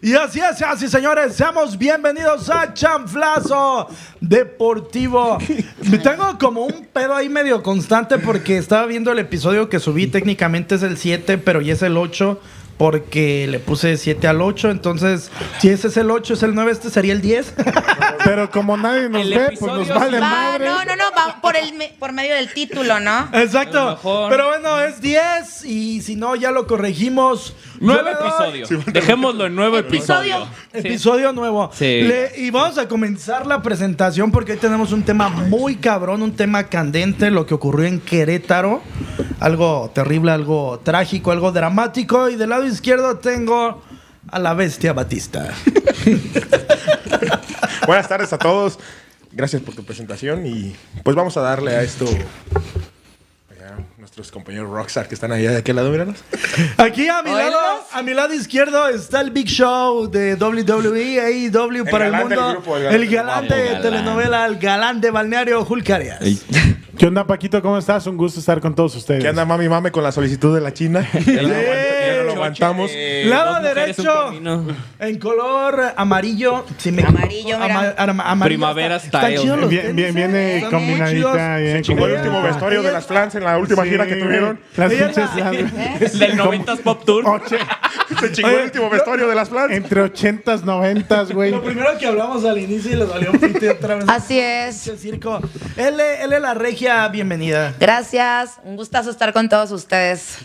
Y así es, así señores, seamos bienvenidos a Chanflazo Deportivo. Tengo como un pedo ahí medio constante porque estaba viendo el episodio que subí, técnicamente es el 7, pero ya es el 8 porque le puse 7 al 8, entonces si ese es el 8, es el 9, este sería el 10. Pero como nadie nos El ve, pues episodio nos sí vale va, madre. Va, no, no, no, va por, el, me- por medio del título, ¿no? A lo Exacto. mejor. Pero bueno, es 10 y si no, ya lo corregimos. Yo Nueve le doy episodios. Dejémoslo en nuevo Episodio. episodio. Sí. Episodio nuevo. Sí. Le- y vamos a comenzar la presentación porque hoy tenemos un tema muy cabrón, un tema candente, lo que ocurrió en Querétaro. Algo terrible, algo trágico, algo dramático. Y del lado izquierdo tengo a la bestia Batista. Buenas tardes a todos. Gracias por tu presentación y pues vamos a darle a esto. Allá, nuestros compañeros Rockstar que están allá de aquel lado, míralos. Aquí a mi, Oilos. lado, a mi lado izquierdo está el Big Show de E, WWE, AEW para el galán del mundo. grupo, el galán el del galán grupo. de Galán. telenovela, el galán de balneario, Hulk Arias. ¿Qué onda, Paquito? ¿Cómo estás? Un gusto estar con todos ustedes. ¿Qué anda mami mame con la solicitud de la China? Ya no lo aguant- ya no lo aguantamos. Lado Dos mujeres, un derecho. camino. En color amarillo, si me Amarillo, mira. ama- ama- amarillo. Primavera Está- están style. chidos los Bien, tenis, bien, ¿eh? viene Están bien combinadita. chidos. Bien Chingó el último combinadita. vestuario de las Flans en la última gira que Sí, tuvieron. Las Ella- pinches. las- Del 90s Pop Tour. oche- Se chingó el último vestuario de las Flans. entre 80s, 90s, güey. Lo primero que hablamos al inicio y le salió pite otra vez. Así es. Pinche circo. L, L la regia, bienvenida. Gracias, un gustazo estar con todos ustedes.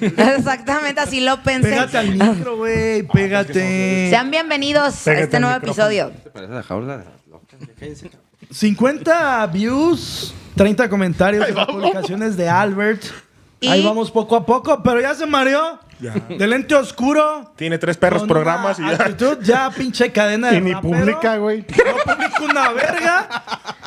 Exactamente, así lo pensé. Pégate al micro, güey, Ah, pégate. Sean bienvenidos Pégate a este al nuevo micrófono. episodio. ¿Te parece la jaula de las locas? Ya cállense, cabrón. 50 views, 30 comentarios en las publicaciones de Albert. Y- Ahí vamos poco a poco, pero ya se mareó. Ya. De lente oscuro. Tiene tres perros con programas y una ya. actitud, ya pinche cadena de Y ni rapero. publica, güey. No publico una verga.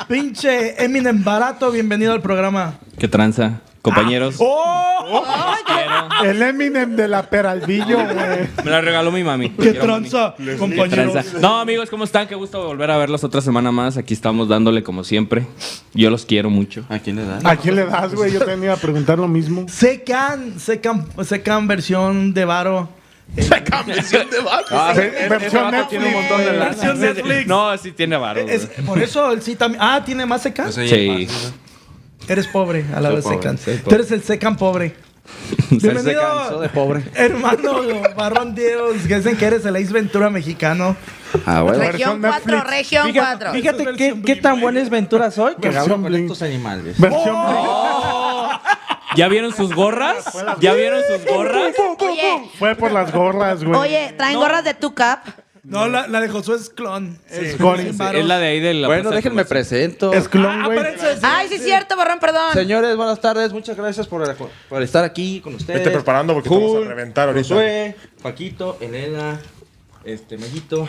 Pinche Eminem barato, bienvenido al programa. ¿Qué tranza? Compañeros. ¡Oh! Quiero- El Eminem de la Peraldillo, güey. Me la regaló mi mami. ¡Qué Quiero, mami. tranza, Qué compañero! tranza. No, amigos, ¿cómo están? Qué gusto volver a verlos otra semana más. Aquí estamos dándole como siempre. Yo los quiero mucho. Ah, ¿A quién le dan? ¿A quién le das, güey? Yo tenía a preguntar lo mismo. Secan, secan, secan versión de Varo. Ah, Ve- versión Netflix. Versión Netflix. No, sí tiene varo. Es- güey. por eso él sí también. Ah, tiene más secan. Sí. Eres pobre a la Soy vez pobre, secan. soy pobre. Tú eres el secan pobre. Se cansó Bienvenido, de pobre. hermano Barrón Dios. Que dicen que eres el Ace Ventura mexicano. Ah, bueno. Región 4, región 4. Fíjate qué, qué tan buena es Ventura soy que Versión hablo con Blink. estos animales. Versión ¿Ya vieron sus gorras? ¿Ya vieron sus gorras? Oye, Fue por las gorras, güey. oye, traen gorras de tu cap. No, la, la de Josué es clon. Sí. Ah, clon. Es Es la de ahí de la Bueno, plaza de déjenme comercio. presento. Es Ah, clon, güey. Ay, sí es cierto, borrón, perdón. Señores, buenas tardes. Muchas gracias por, por estar aquí con ustedes. Vete preparando porque te Jul, vamos a reventar ahorita. Josué, Paquito, Elena, este, Mellito.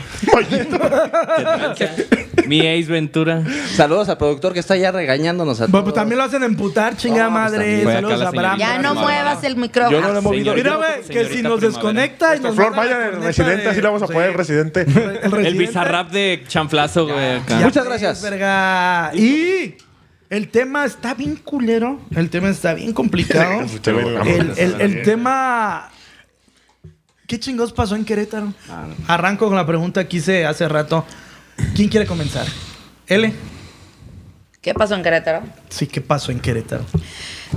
Mi Ace Ventura. Saludos al productor que está ya regañándonos a Bueno, todos. pues también lo hacen emputar, chingada No, pues madre. también. Fue acá Saludos la a Bram. señorita. Ya no Señora. muevo- muevas el micrófono. Yo no le he movido. Mira, Señorita- güey, que si señorita nos primavera. desconecta y Nuestra nos Flor manda la Maya de corneta residente, de- así la vamos a sí. poner, residente. El Residente. bizarrap de chanflazo, güey. acá. Ya Muchas ves, gracias. verga. Y el tema está bien culero. El tema está bien complicado. Te ven la- el, el- el tema. ¿Qué chingados pasó en Querétaro? Ah, Arranco con la pregunta que hice hace rato. ¿Quién quiere comenzar? L. ¿Qué pasó en Querétaro? Sí, ¿qué pasó en Querétaro?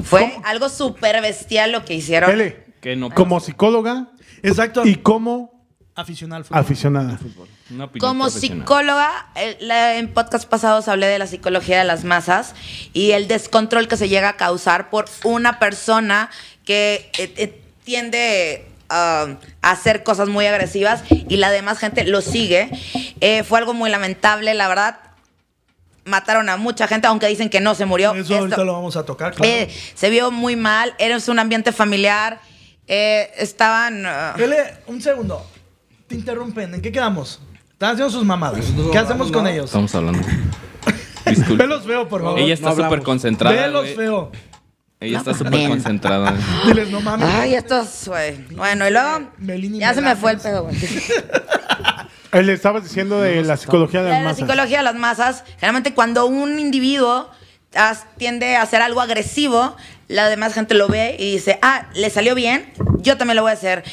Fue algo súper bestial lo que hicieron. Ele, Que no como psicóloga Exacto. y como aficionado al fútbol. aficionada. Una opinión Como profesional. psicóloga, eh, la- en podcast pasados hablé de la psicología de las masas y el descontrol que se llega a causar por una persona que eh, eh, tiende ah, a hacer cosas muy agresivas y la demás gente lo sigue. Eh, fue algo muy lamentable, la verdad. Mataron a mucha gente, aunque dicen que no se murió. Eso Esto- ahorita lo vamos a tocar. claro. eh, se vio muy mal, era un ambiente familiar, eh, estaban... ah, L, un segundo. Te interrumpen. ¿En qué quedamos? Están haciendo sus mamadas. Pues, ¿Qué hacemos con ellos? Estamos hablando. Disculpe. Velos feo, por favor. Ella está hablamos. súper concentrada. Velos güey. feo. Ella está súper concentrada. güey. Diles, no mames. Ay, estos, güey. Bueno, y luego. Melina y ya se me Melania. fue el pedo, güey. Él Eh, le estabas diciendo de la psicología de La, las masas. psicología de las masas, generalmente cuando un individuo as- tiende a hacer algo agresivo, la demás gente lo ve y dice, ah, le salió bien, yo también lo voy a hacer.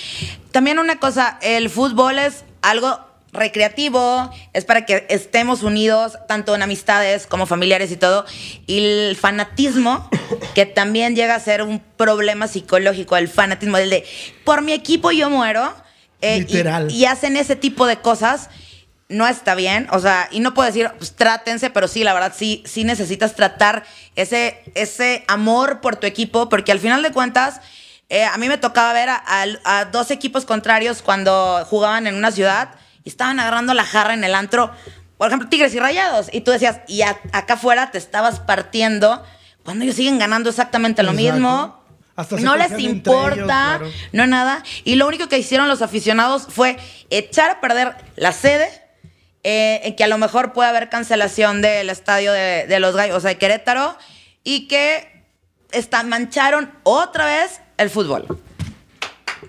También una cosa, el fútbol es algo recreativo, es para que estemos unidos, tanto en amistades como familiares y todo. Y el fanatismo, que también llega a ser un problema psicológico, el fanatismo, el de, por mi equipo yo muero. eh, y- Literal. y hacen ese tipo de cosas no está bien, o sea, y no puedo decir, pues, trátense, pero sí, la verdad, sí, sí necesitas tratar ese, ese amor por tu equipo, porque al final de cuentas, eh, a mí me tocaba ver a, a- a dos equipos contrarios cuando jugaban en una ciudad y estaban agarrando la jarra en el antro, por ejemplo, Tigres y Rayados, y tú decías, y a- acá afuera te estabas partiendo, cuando ellos siguen ganando exactamente lo Exacto. mismo. Hasta se no les confian entre ellos, importa, claro. no nada. Y lo único que hicieron los aficionados fue echar a perder la sede, eh, en que a lo mejor puede haber cancelación del estadio de, de los gallos, o sea, de Querétaro, y que está, mancharon otra vez el fútbol.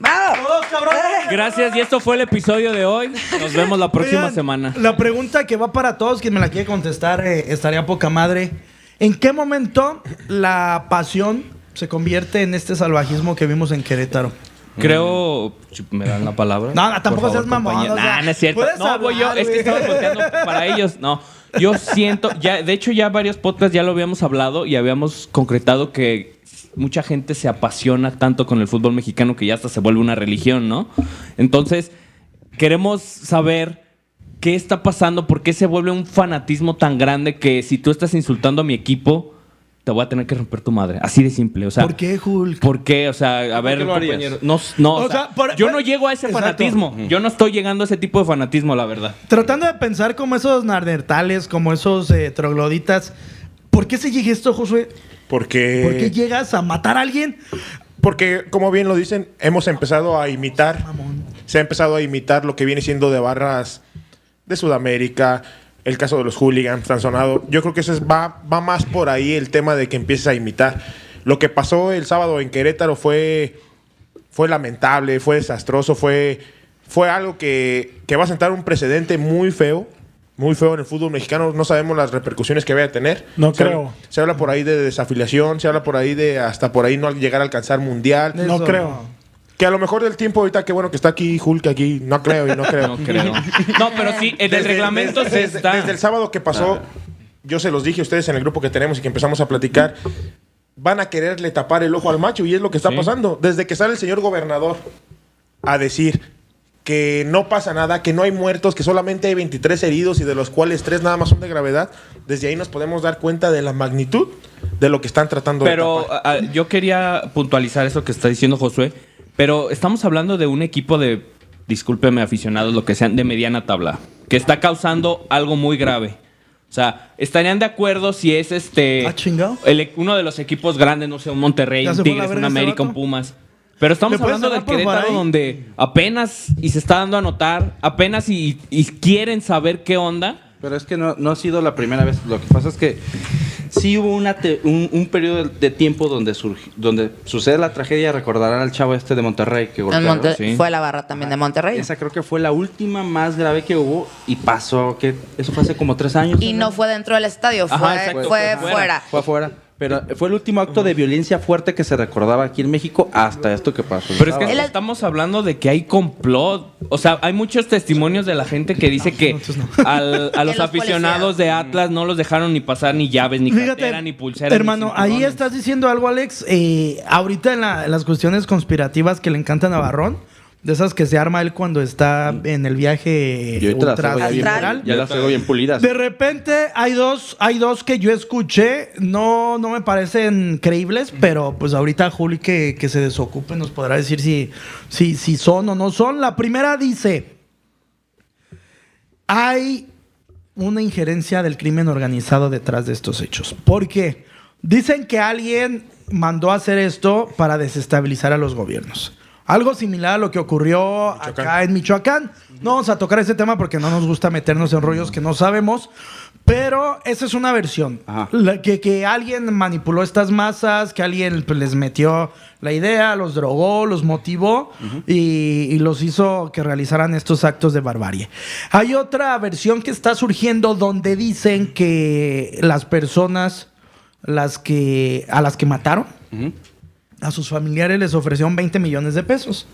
¡Bravo! Eh. Todos, cabrones. Gracias, y esto fue el episodio de hoy. Nos vemos la próxima Oigan, semana. La pregunta que va para todos, quien me la quiere contestar, eh, estaría poca madre. ¿En qué momento la pasión se convierte en este salvajismo que vimos en Querétaro? Creo. si ¿Me dan la palabra? No, no, tampoco Por seas mamón, compañero. o sea, Mm. Nah, no es cierto. puedes No, voy yo. hablar, Es que güey. estaba volteando para ellos. No. Yo siento. ya De hecho, ya varios podcasts ya lo habíamos hablado y habíamos concretado que mucha gente se apasiona tanto con el fútbol mexicano que ya hasta se vuelve una religión, ¿no? Entonces, queremos saber. ¿Qué está pasando? ¿Por qué se vuelve un fanatismo tan grande que si tú estás insultando a mi equipo, te voy a tener que romper tu madre? Así de simple. O sea, ¿Por qué, Hulk? ¿Por qué? O sea, a ver, qué lo harías? compañero, No, no, o O sea, sea, por- yo por- no llego a ese Exacto. fanatismo. Yo no estoy llegando a ese tipo de fanatismo, la verdad. Tratando de pensar como esos nardertales, como esos eh, trogloditas. ¿Por qué se llega esto, Josué? Porque, Eh, ¿Por qué llegas a matar a alguien? porque, como bien lo dicen, hemos empezado a imitar. Mamón. Se ha empezado a imitar lo que viene siendo de barras de Sudamérica. El caso de los hooligans tan sonado. Yo creo que eso es, va, va más por ahí el tema de que empieces a imitar. Lo que pasó el sábado en Querétaro fue fue lamentable, fue desastroso, fue, fue algo que, que va a sentar un precedente muy feo, muy feo en el fútbol mexicano. No sabemos las repercusiones que vaya a tener. No se, creo. Se habla por ahí de desafiliación, se habla por ahí de hasta por ahí no llegar a alcanzar mundial. Eso, No creo. Que a lo mejor del tiempo ahorita, que bueno que está aquí Hulk aquí, no creo y no creo. No creo. No, pero sí, en el Desde- reglamento desde, se desde- está. desde el sábado que pasó, yo se los dije a ustedes en el grupo que tenemos y que empezamos a platicar. Van a quererle tapar el ojo al macho y es lo que está Sí. pasando. Desde que sale el señor gobernador a decir que no pasa nada, que no hay muertos, que solamente hay 23 heridos y de los cuales tres nada más son de gravedad, desde ahí nos podemos dar cuenta de la magnitud de lo que están tratando de Pero tapar. ah, yo quería puntualizar eso que está diciendo Josué. Pero estamos hablando de un equipo de, discúlpeme aficionados, lo que sean, de mediana tabla, que está causando algo muy grave. O sea, ¿estarían de acuerdo si es este Ah, chingado. el- uno de los equipos grandes, no sé, un Monterrey, Ya un se fue a la Tigres, un verga este América, un vato. Pumas? Pero estamos ¿Le puedes hablando del hablar por Querétaro Baray? donde apenas y se está dando a notar, apenas y, y quieren saber qué onda. Pero es que no, no ha sido la primera vez. Lo que pasa es que sí hubo una te- un, un periodo de tiempo donde, surgi- donde sucede la tragedia. Recordarán al chavo este de Monterrey que En golpearon. Monte- sí. Ah, Fue la barra también de Monterrey. Esa creo que fue la última más grave que hubo y pasó que eso fue hace como tres años. Y no fue dentro del estadio, fue, Ajá, exacto, fue fue fuera. Fue afuera. Pero fue el último acto de violencia fuerte que se recordaba aquí en México hasta esto que pasó. Pero es que El- estamos hablando de que hay complot. O sea, hay muchos testimonios de la gente que dice que al- a Que los los aficionados de Atlas no los dejaron ni pasar ni llaves, ni cartera, ni pulseras. ni hermano, ahí cinturones. estás diciendo algo, Alex. eh, ahorita en, la- en las cuestiones conspirativas que le encantan a Barrón, de esas que se arma él cuando está en el viaje Yo ahorita las ultra- hago ya bien- astral. ya las hago bien pulidas. De repente hay dos, hay dos que yo escuché, no, no me parecen creíbles, pero pues ahorita Juli que, que se desocupe nos podrá decir si, si, si son o no son. La primera dice, hay una injerencia del crimen organizado detrás de estos hechos. ¿Por qué? Dicen que alguien mandó a hacer esto para desestabilizar a los gobiernos. Algo similar a lo que ocurrió acá en Michoacán. No vamos a tocar ese tema porque no nos gusta meternos en rollos que no sabemos. Pero esa es una versión. Ajá. La que, que alguien manipuló estas masas, que alguien pues, les metió la idea, los drogó, los motivó y, y los hizo que realizaran estos actos de barbarie. Hay otra versión que está surgiendo donde dicen que las personas las que, a las que mataron a sus familiares les ofrecieron 20 millones de pesos.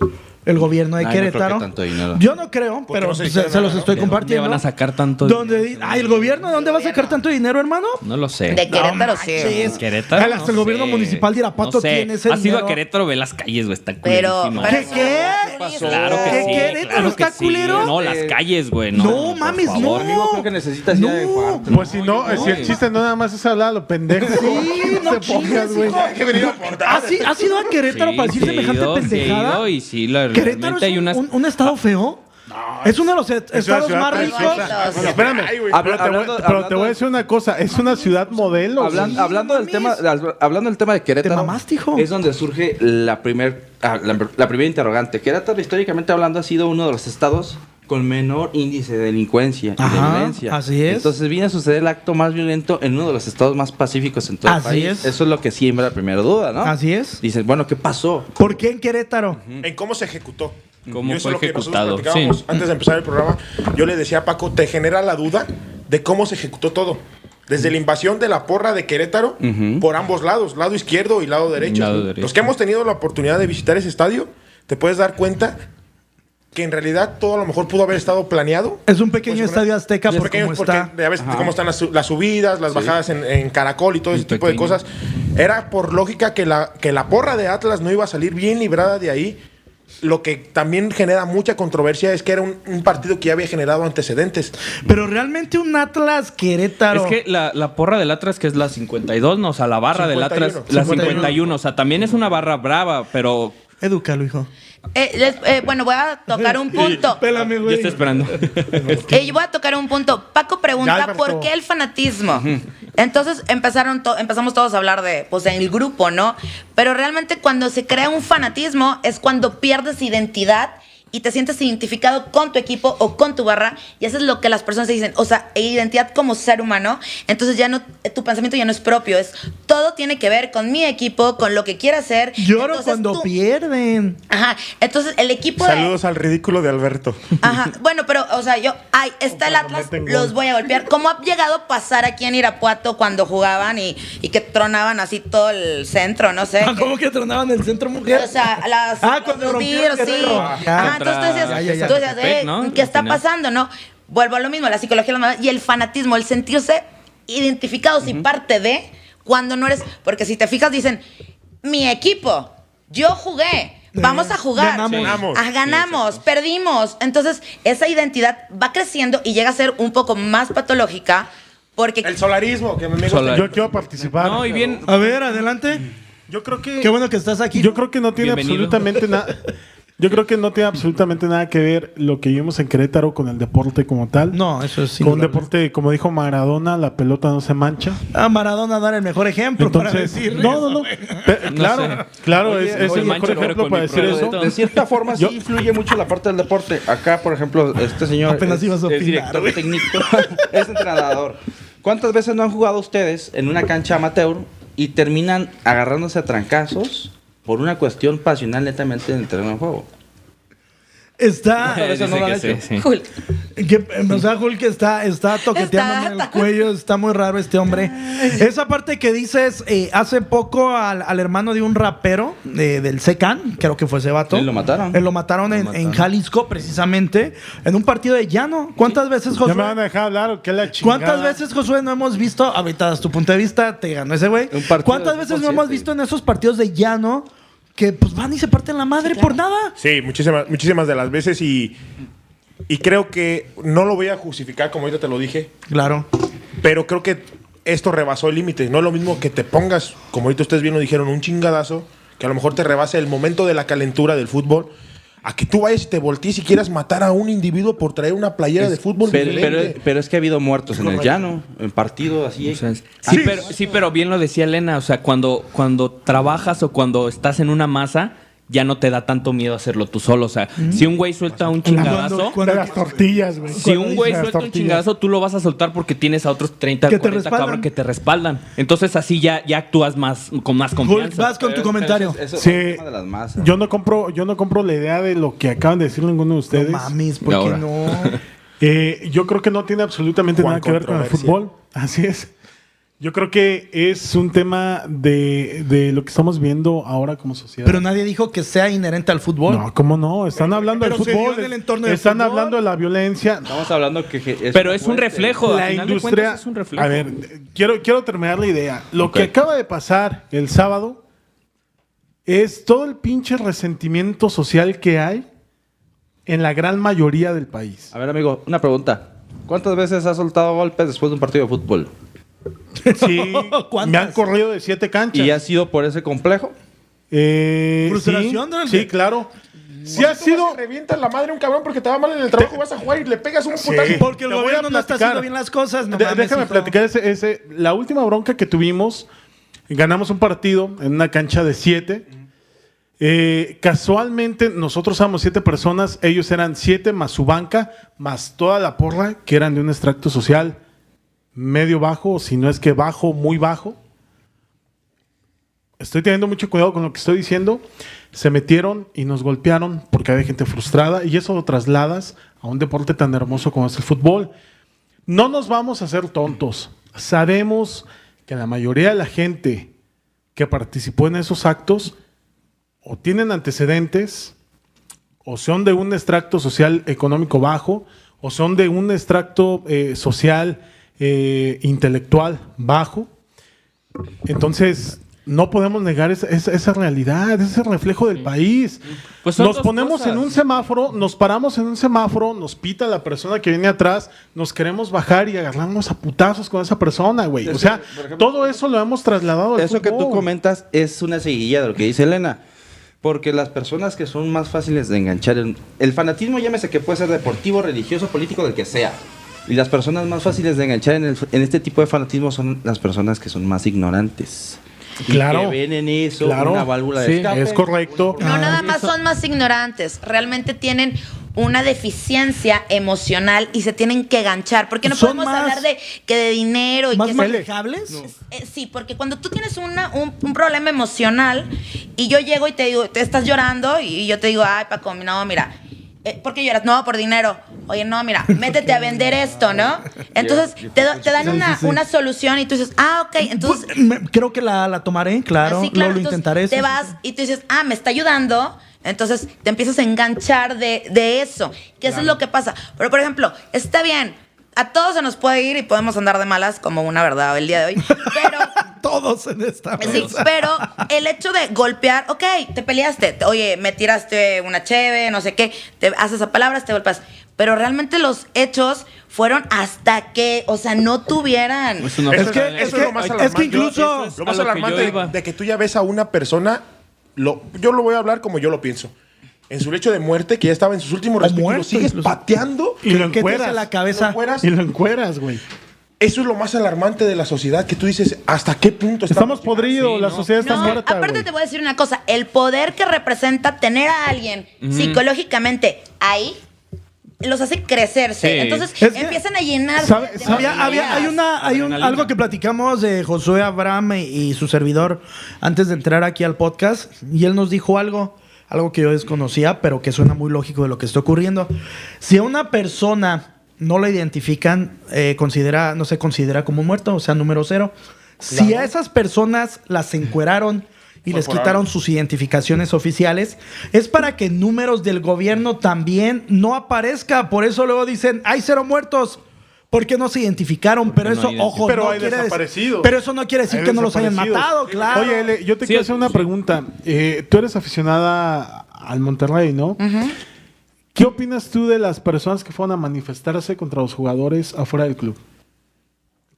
El gobierno de Ay, no creo que Querétaro. tanto dinero. Yo no creo, qué pero no se, se dijeron se los nada? estoy ¿De dónde compartiendo. van a sacar tanto ¿Dónde dinero? di- Ay, el gobierno, ¿de dónde va a sacar tanto dinero, hermano? No lo sé. De Querétaro sí. manches. Querétaro. Hasta el gobierno municipal de Irapuato no sé. tiene ese Ha sido dinero. a Querétaro, ve las calles, güey. Está Pero, culerísimo. ¿Qué, pero eso qué? no ¿Qué tiene Claro que ¿Qué sí. Querétaro claro está que sí. culero? No, las calles, güey. No, No, por mames, favor. no. Amigo, creo que necesitas ya No. enfarte, Pues si no, si el chiste no nada más es hablar a lo pendejo. Sí, no chingues, hijo. ¿Has, i- has ido ¿Ah, a Querétaro Sí, para decir sí he semejante ido, sí he pendejada? ido y sí, la, Querétaro realmente es hay un, unas... un- un estado feo. es uno de los et- estados ciudad más ricos. preciosa. Bueno, Sí. espérame. Ay, güey. Pero, te voy, pero Hablando- te hablando- voy a decir una cosa, es una ciudad modelo. Hablan- güey. hablando del tema, mames. al- hablando del tema de Querétaro, Te mamaste, hijo. es donde surge la primer, ah, la, la primera interrogante. Querétaro, históricamente hablando, ha sido uno de los estados con menor índice de delincuencia y de Ajá, violencia. así es. Entonces viene a suceder el acto más violento en uno de los estados más pacíficos en todo Así el país. es. Eso es lo que siembra la primera duda, ¿no? Así es. Dices, bueno, ¿qué pasó? ¿Por qué en Querétaro? en cómo se ejecutó. Cómo Y eso fue es lo que ejecutado, nosotros platicábamos sí. Antes de empezar el programa, yo le decía a Paco, te genera la duda de cómo se ejecutó todo. Desde la invasión de la porra de Querétaro, por ambos lados, lado izquierdo y lado derecho. Lado derecho. Los que hemos tenido la oportunidad de visitar ese estadio, te puedes dar cuenta que en realidad todo a lo mejor pudo haber estado planeado. Pues, Es un pequeño estadio azteca Los por cómo pequeños, porque está. ya ves cómo están las, su- las subidas, las bajadas en, en caracol y todo ese tipo de pequeño. cosas. Era por lógica que la, que la porra de Atlas no iba a salir bien librada de ahí. Lo que también genera mucha controversia es que era un, un partido que ya había generado antecedentes. Pero realmente un Atlas Querétaro. Es que la, la porra del Atlas, que es la 52, no, o sea, la barra del 51. Atlas, la 51. 51, o sea, también es una barra brava, pero Edúcalo, hijo. Eh, les- eh, bueno, voy a tocar un punto. Pélame, yo güey. estoy esperando. Eh, yo voy a tocar un punto. Paco Ya, pregunta Alberto. por qué el fanatismo. Entonces empezaron to- empezamos todos a hablar de, pues, en el grupo, ¿no? Pero realmente cuando se crea un fanatismo es cuando pierdes identidad y te sientes identificado con tu equipo o con tu barra y eso es lo que las personas dicen, o sea, e identidad como ser humano, entonces ya no, eh, tu pensamiento ya no es propio, es todo tiene que ver con mi equipo, con lo que quiera hacer. Lloro Entonces, cuando tú- pierden. Ajá, entonces el equipo de- Saludos al ridículo de Alberto. Ajá. Bueno, pero, o sea, yo, ay, está el Atlas, los voy a golpear. ¿Cómo ha llegado a pasar aquí en Irapuato cuando jugaban y, y que tronaban así todo el centro? No sé. Ah, que- ¿Cómo que tronaban el centro mujer? o sea, las. Ah, cuando los rompieron tiros, sí. Guerrero. Ajá, Contra- entonces tú decías, ya, ya, ya. tú decías, Zacatepec, eh, ¿no? ¿qué Al está final. pasando, no? Vuelvo a lo mismo, la psicología de la maldad y el fanatismo, el sentirse identificados y parte de cuando no eres. Porque si te fijas, dicen, mi equipo, yo jugué. Vamos a jugar. Eh, ganamos. Ganamos. Ah, ganamos, perdimos. Entonces, esa identidad va creciendo y llega a ser un poco más patológica porque El solarismo, que me me gusta. Solar. Yo quiero participar. No, y bien, A ver, adelante. Mm. Yo creo que. Qué bueno que estás aquí. Yo creo que no tiene Bienvenido. absolutamente nada. Yo creo que no tiene absolutamente nada que ver lo que vimos en Querétaro con el deporte como tal. No, eso es con un indudable. deporte, como dijo Maradona, la pelota no se mancha. A Maradona dar el mejor ejemplo para Entonces, decir. no, no, no. Pe- No claro, sé. claro, Oye, es, es oye, el mejor mancha, pero ejemplo con para mi decir eso. producto. De cierta forma sí Yo- influye mucho la parte del deporte. Acá, por ejemplo, este señor Apenas es, ibas a es opinar, director güey. técnico, es entrenador. ¿Cuántas veces no han jugado ustedes en una cancha amateur y terminan agarrándose a trancazos por una cuestión pasional netamente en el terreno de juego? Está. eso no dice lo que han sí, hecho. sí. Cool. Que, o sea, Hulk está, está toqueteando en el Está- cuello, está muy raro este hombre. Esa parte que dices, eh, hace poco al, al hermano de un rapero de- del Secan, creo que fue ese vato. Él lo mataron. Él lo mataron, en, en Jalisco, precisamente, en un partido de llano. ¿Cuántas veces, Ya me van a Josué? dejar hablar, o qué la chingada. ¿Cuántas veces, Josué, no hemos visto, ahorita desde tu punto de vista, te ganó ese güey? Un partido ¿Cuántas de veces no fútbol hemos siete. visto en esos partidos de llano que pues van y se parten la madre por nada? Sí, muchísimas, muchísimas de las veces y. Y creo que no lo voy a justificar, como ahorita te lo dije, Claro. Pero creo que esto rebasó el límite. No es lo mismo que te pongas, como ahorita ustedes bien lo dijeron, un chingadazo, que a lo mejor te rebase el momento de la calentura del fútbol, a que tú vayas y te voltees y quieras matar a un individuo por traer una playera de fútbol. Pero, diferente. pero- pero es que ha habido muertos en el llano, en partido así. O sea, sí, pero, sí, pero bien lo decía Elena, o sea, cuando, cuando trabajas o cuando estás en una masa, ya no te da tanto miedo hacerlo tú solo. O sea, si un güey suelta un chingadazo, De las tortillas, güey. si un güey Las suelta un tortillas. chingadazo, tú lo vas a soltar porque tienes a otros 30, Que te 40 respaldan. cabros que te respaldan. Entonces así ya, ya actúas más con más Hulk, confianza. vas con tu comentario. Eso, Sí. es el tema de las masas. Yo no compro, yo no compro la idea de lo que acaban de decir ninguno de No ustedes. mames, ¿por qué Y ahora. no? Eh, yo creo que no tiene absolutamente Juan nada que ver con el Controversia. fútbol. Así es. Yo creo que es un tema de, de lo que estamos viendo ahora como sociedad. Pero nadie dijo que sea inherente al fútbol. no, ¿cómo no? Están hablando del pero se dio fútbol. en el entorno del están fútbol. hablando de la violencia. Estamos hablando que... que Pero es un reflejo. La al final de industria. cuentas es un reflejo. a ver, eh, quiero, quiero terminar la idea. Lo Ok. que acaba de pasar el sábado es todo el pinche resentimiento social que hay en la gran mayoría del país. A ver, amigo, una pregunta. ¿Cuántas veces has soltado golpes después de un partido de fútbol? Sí, me ¿Cuántas? han corrido de siete canchas. ¿Y ha sido por ese complejo? Eh, ¿Frustración, sí, Donald? sí, claro. Si ha sido. Revienta la madre a un cabrón porque te va mal en el trabajo, vas a jugar y le pegas un putazo. Porque el Te voy a gobierno no está platicar. haciendo bien las cosas. No De- mames, déjame hijo. platicar ese, ese- La última bronca que tuvimos, ganamos un partido en una cancha de siete. Eh, casualmente nosotros éramos siete personas, ellos eran siete más su banca, más toda la porra que eran de un extracto social medio bajo, si no es que bajo, muy bajo. Estoy teniendo mucho cuidado con lo que estoy diciendo. Se metieron y nos golpearon porque había gente frustrada y eso lo trasladas a un deporte tan hermoso como es el fútbol. No nos vamos a hacer tontos. Sabemos que la mayoría de la gente que participó en esos actos o tienen antecedentes, o son de un extracto social económico bajo, o son de un extracto eh, social eh, intelectual bajo. Entonces, no podemos negar esa, esa- esa realidad, ese reflejo del país. Pues son nos dos ponemos en cosas. un semáforo, nos paramos en un semáforo, nos pita la persona que viene atrás, nos queremos bajar y agarrarnos a putazos con esa persona, güey. O Eso, sea, por ejemplo, todo eso lo hemos trasladado al Eso que tú fútbol. comentas es una seguilla de lo que dice Elena. Porque las personas que son más fáciles de enganchar, en- el fanatismo llámese que puede ser deportivo, religioso, político, del que sea. Y las personas más fáciles de enganchar en, el- en este tipo de fanatismo son las personas que son más ignorantes. Y Claro. que ven en eso Claro. una válvula de Sí, escape. es correcto. No, Ah, nada sí, más eso- son más ignorantes. Realmente tienen una deficiencia emocional y se tienen que ganchar. Porque no Son podemos más- hablar de que de dinero y ¿Más que manejables? Eh, sí, porque cuando tú tienes una- un, un problema emocional y yo llego y te digo, te estás llorando y yo te digo, ay, Paco, no, mira, eh, ¿por qué lloras? No, por dinero. Oye, no, mira, métete a vender esto, ¿no? Entonces te, do- te dan una, una solución y tú dices, ah, ok, entonces Pues, me- creo que la, la tomaré, claro. Así, lo- lo, entonces, intentaré. sí, Te sí, vas sí. y tú dices, ah, me está ayudando. Entonces te empiezas a enganchar de, de eso. Que eso es lo que pasa. Pero, por ejemplo, está bien. A todos se nos puede ir y podemos andar de malas como una verdad el día de hoy. Pero, Todos en esta sí, mesa. pero el hecho de golpear, ok, te peleaste. te- Oye, me tiraste una cheve, no sé qué. Te haces a palabras, te golpeas. Pero realmente los hechos fueron hasta que, o sea, no tuvieran. Eso no Eso pasa es, nada. eso es lo más es que alarmante. incluso- Yo- eso es lo a más lo que yo alarmante de- iba. de, que tú ya ves a una persona, lo, yo lo voy a hablar como yo lo pienso. En su lecho de muerte, que ya estaba en sus últimos O respiros, muerto lo sigues incluso. pateando. Y lo ¿Qué te encueras. hace la cabeza? lo fueras. Ah, Y lo encueras, güey. Eso es lo más alarmante de la sociedad, que tú dices, ¿hasta qué punto Estamos estamos? podridos, sí, la ¿no? sociedad está No, muerta. aparte güey. te voy a decir una cosa, el poder que representa tener a alguien psicológicamente ahí los hace crecerse. Sí. Entonces Es que- empiezan a llenar ¿sabe- sabe- Había, había- hay una, hay un, Adrenalina. algo que platicamos de Josué Abraham y, y su servidor antes de entrar aquí al podcast y él nos dijo algo, algo que yo desconocía, pero que suena muy lógico de lo que está ocurriendo. Si a una persona no la identifican, eh, considera, no se considera como un muerto, o sea, número cero. Si a esas personas las encueraron y les quitaron sus identificaciones oficiales, es para que números del gobierno también no aparezca. Por eso luego dicen, hay cero muertos. Porque no se identificaron, pero no eso, hay ojo, Pero Pues no hay quiere decir- desaparecidos. Pero eso no quiere decir Hay que no los hayan desaparecidos. matado, claro. Oye, Ele, yo te Sí, quiero es- hacer una sí. pregunta. Eh, tú eres aficionada al Monterrey, ¿no? ¿Qué opinas tú de las personas que fueron a manifestarse contra los jugadores afuera del club?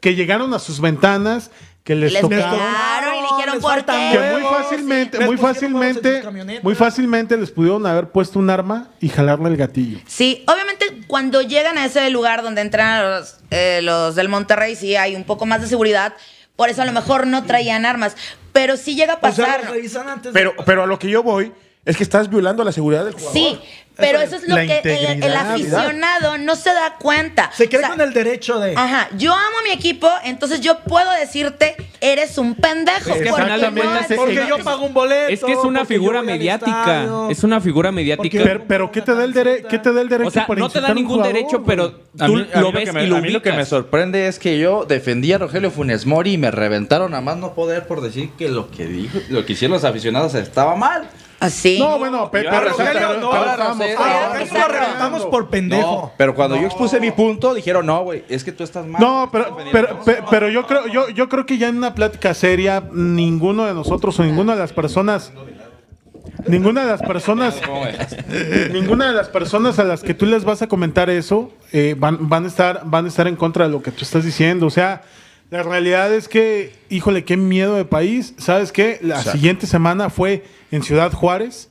Que llegaron a sus ventanas, que les, Les tocaron. pegaron y le dijeron, les ¿por faltan qué? Que huevos, muy fácilmente, sí, les muy pusieron huevos en fácilmente, sus camionetas. muy fácilmente les pudieron haber puesto un arma y jalarle el gatillo. Sí, obviamente cuando llegan a ese lugar donde entran los, eh, los del Monterrey sí hay un poco más de seguridad, por eso a lo mejor no traían armas, pero sí llega a O sea, pasar. los revisan antes de- Pero, pero a lo que yo voy es que estás violando la seguridad del jugador. Sí, Pero eso es lo La que el- el, integridad. aficionado no se da cuenta. Se queda O sea, con el derecho de. Ajá, yo amo a mi equipo, entonces yo puedo decirte, eres un pendejo. Es que al porque final de no cuentas haces- es- porque es- yo pago un boleto. Es que es una porque yo figura voy al mediática. estadio. Es una figura mediática. Pero, pero ¿qué te da el derecho? ¿Qué te da el derecho o sea, para no te insultar a da un ningún jugador, derecho, güey? pero A tú mí- a mí lo lo que ves me- y lo a mí lo que me ubicas. sorprende es que yo defendí a Rogelio Funes Mori y me reventaron a más no poder por decir que lo que dijo, lo que hicieron los aficionados estaba mal. Así. No, bueno, pe- pero- Yo ahora sí, pero- Rogelio, no, pero- ahora estamos- sí, ahora ahora sí estamos lo reventamos hablando. por pendejo. No, pero cuando yo expuse mi punto, dijeron, no, güey, es que tú estás mal. No, pero, pero, pe- pero yo creo, yo, yo creo que ya en una plática seria, ninguno de nosotros o ninguna de las personas, ninguna de las personas, ¿Cómo ves? ninguna de las personas a las que tú les vas a comentar eso, eh, van, van a estar, van a estar en contra de lo que tú estás diciendo. O sea, la realidad es que, híjole, qué miedo de país. ¿Sabes qué? La Exacto. siguiente semana fue en Ciudad Juárez.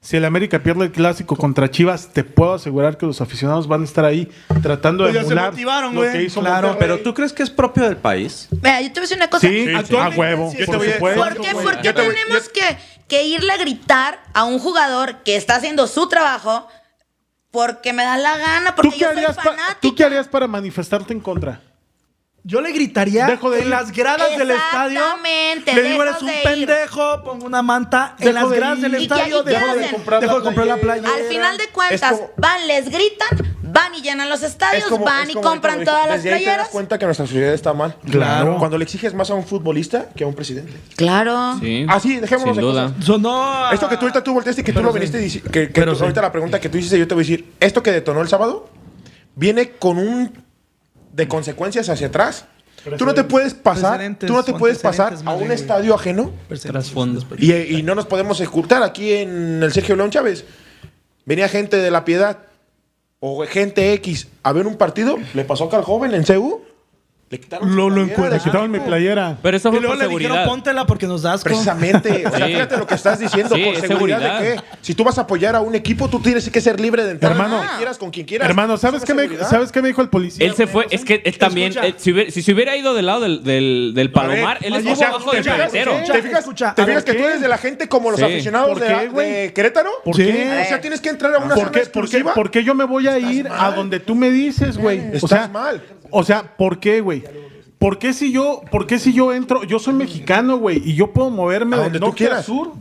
Si el América pierde el clásico contra Chivas, te puedo asegurar que los aficionados van a estar ahí tratando Pues de ya se emular motivaron, lo güey. que hizo Claro. Monterrey. Pero tú crees que es propio del país. Mira, yo te voy a decir una cosa. Sí, a actualmente huevo. sí. Yo te por voy a- supuesto. ¿Por qué, güey. por qué Yo te voy- tenemos que, que irle a gritar a un jugador que está haciendo su trabajo porque me da la gana, ¿Tú porque qué, yo soy harías pa- fanático? tú qué harías para manifestarte en contra? Yo le gritaría Dejo de en ir. las gradas del estadio. Exactamente, Le digo, dejo eres un de ir. pendejo, pongo una manta en Dejo las de gradas ir. del ¿Y qué- estadio. y qué Dejo de hacen? comprar, dejo de comprar la playa. Al final de cuentas, Es como- van, les gritan, van y llenan los estadios, Es como- van es y como compran ahorita, todas las desde ahí te das playeras. cuenta que nuestra sociedad está mal. Claro. Cuando le exiges más a un futbolista que a un presidente. Claro. Sí. Así, dejémonos Sin de duda. cosas. Ah. Sonó. a- Esto que tú ahorita tú volteaste y que tú Pero lo sí. viniste dici- que, que Pero tú- ahorita sí. la pregunta que tú hiciste yo te voy a decir, esto que detonó el sábado viene con un de consecuencias hacia atrás. Tú no te puedes pasar, Precedentes tú no te o puedes pasar antecedentes, a madre, un güey. estadio ajeno Trasfondo. y, y no nos podemos escultar aquí en el Sergio León Chávez. Venía gente de la Piedad o gente X a ver un partido, le pasó acá al joven en CU, le quitaron su Lo, lo playera de encuentro. Quitaron mi equipo. playera. Pero eso Y fue luego por le dijeron, seguridad. póntela porque nos das asco. Precisamente. O sea, Sí. fíjate lo que estás diciendo. Sí, por es seguridad, de seguridad. que si tú vas a apoyar a un equipo, tú tienes que ser libre de entrar. Hermano. con quien quieras, con quien quieras. Hermano, ¿sabes Eso qué, es me, seguridad. ¿sabes qué me dijo el policía? Él se fue, es que él también, Escucha. él- si, hubiera, si se hubiera ido del lado del, del, del palomar, él O estuvo sea, abajo te del fijas- pelotero. ¿Te fijas, Escucha, ¿te a ver, fijas que tú ¿qué? eres de la gente como los Sí. aficionados ¿Por de- qué, güey? de Querétaro? ¿Por Sí. qué? O sea, tienes que entrar a una ¿Por zona qué, por, qué, exclusiva. por qué yo me voy a ir a donde tú me dices, güey? O Estás sea, mal. O sea, ¿por qué, güey? ¿Por qué si yo, por qué si yo entro, yo soy mexicano, güey, y yo puedo moverme A de donde tú norte a quieras. sur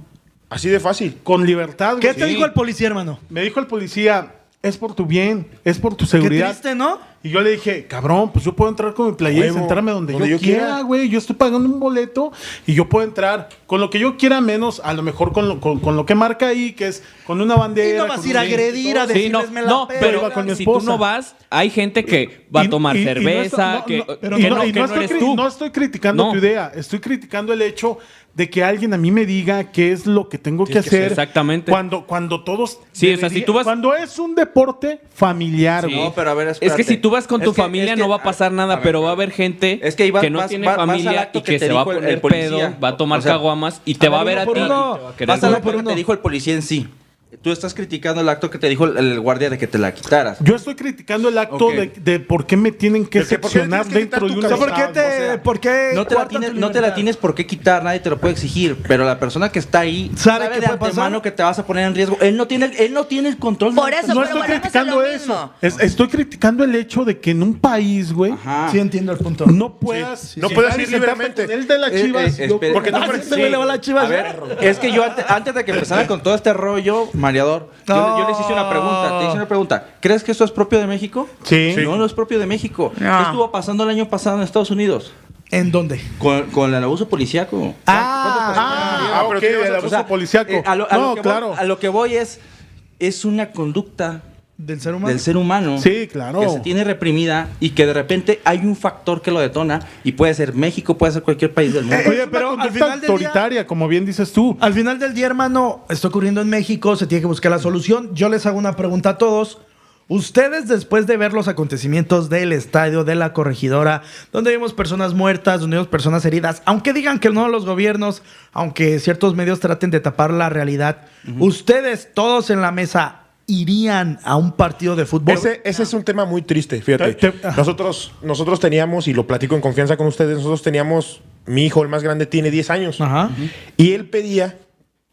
Así de fácil. con libertad, ¿Qué güey? te Sí. dijo el policía, hermano? Me dijo el policía, es por tu bien, es por tu Qué seguridad. triste, ¿no? Y yo le dije, cabrón, pues yo puedo entrar con mi playera y Huevo, sentarme donde, donde yo, yo quiera. quiera, güey. Yo estoy pagando un boleto y yo puedo entrar con lo que yo quiera, menos a lo mejor con lo, con, con lo que marca ahí, que es con una bandera. Y no vas con a ir un- a agredir, a Sí, decirles, no, me la no, pela". Iba pero con mi si tú esposa. no vas, hay gente que va Y- a tomar y- y no cerveza, estoy- que no, no, que pero no, no y que no no estoy eres cri- tú. no estoy criticando No. tu idea, estoy criticando el hecho de que alguien a mí me diga qué es lo que tengo que hacer. exactamente. Cuando, cuando todos. Sí, o sea, si tú vas- Cuando es un deporte familiar, Sí. güey. No, pero a ver, Es espérate. que si tú vas con Es tu que- familia es que- no va a pasar nada, ver, pero va a haber gente Es que ahí vas- no vas- tiene vas- vas al familia acto y que que te se va a dijo el- poner el policía. pedo, va a tomar O sea, caguamas y te va a ver a por ti. y uno. te va a querer Vas a golpear. lo que te dijo el policía en sí. Tú estás criticando el acto que te dijo el, el guardia de que te la quitaras. Yo estoy criticando el acto Ok. de, de por qué me tienen que Es que ¿por qué le tienes seccionar que quitar dentro de tu un O sea, ¿por qué estado? te, O sea, por qué No te, la coartan tu tienes, no te la libertad? tienes por qué quitar, nadie te lo puede exigir, pero la persona que está ahí ¿Sabe sabe qué de puede pasar? antemano que te vas a poner en riesgo. Él no tiene, él no tiene el control. Por de- eso, no pero estoy volvemos a criticando lo eso. mismo. Es- estoy criticando el hecho de que en un país, güey, Ajá. Sí, entiendo el punto. no puedas. No llegar puedes y ir sentarte libremente. con El de las Eh, chivas. eh, yo- espera. porque no Ah, parece- este güey le va a las chivas. A ver, es que yo ante- antes, de que empezara con todo este rollo, mareador, yo, le- yo les hice una pregunta. Te hice una pregunta. ¿Crees que eso es propio de México? Sí. No, no es propio de México. No. ¿Qué estuvo pasando el año pasado en Estados Unidos? ¿En dónde? Con, con el abuso policíaco. Ah, Ah, ok, pero tú ibas el a- abuso o policíaco. eh, a lo- a no, lo que voy- claro. a lo que voy es, es una conducta ¿Del ser humano? del ser humano Sí, claro. que se tiene reprimida y que de repente hay un factor que lo detona y puede ser México, puede ser cualquier país del mundo. Eh, Oye, pero pero al al final del día- autoritaria, como bien dices tú. Al final del día, hermano, está ocurriendo en México, se tiene que buscar la solución. Yo les hago una pregunta a todos. Ustedes, después de ver los acontecimientos del estadio, de la corregidora, donde vimos personas muertas, donde vimos personas heridas, aunque digan que no los gobiernos, aunque ciertos medios traten de tapar la realidad, ustedes todos en la mesa irían a un partido de fútbol. Ese, ese es un tema muy triste, fíjate. Te- te- nosotros, nosotros teníamos, y lo platico en confianza con ustedes, nosotros teníamos, mi hijo, el más grande, tiene 10 años. Ajá. Y él pedía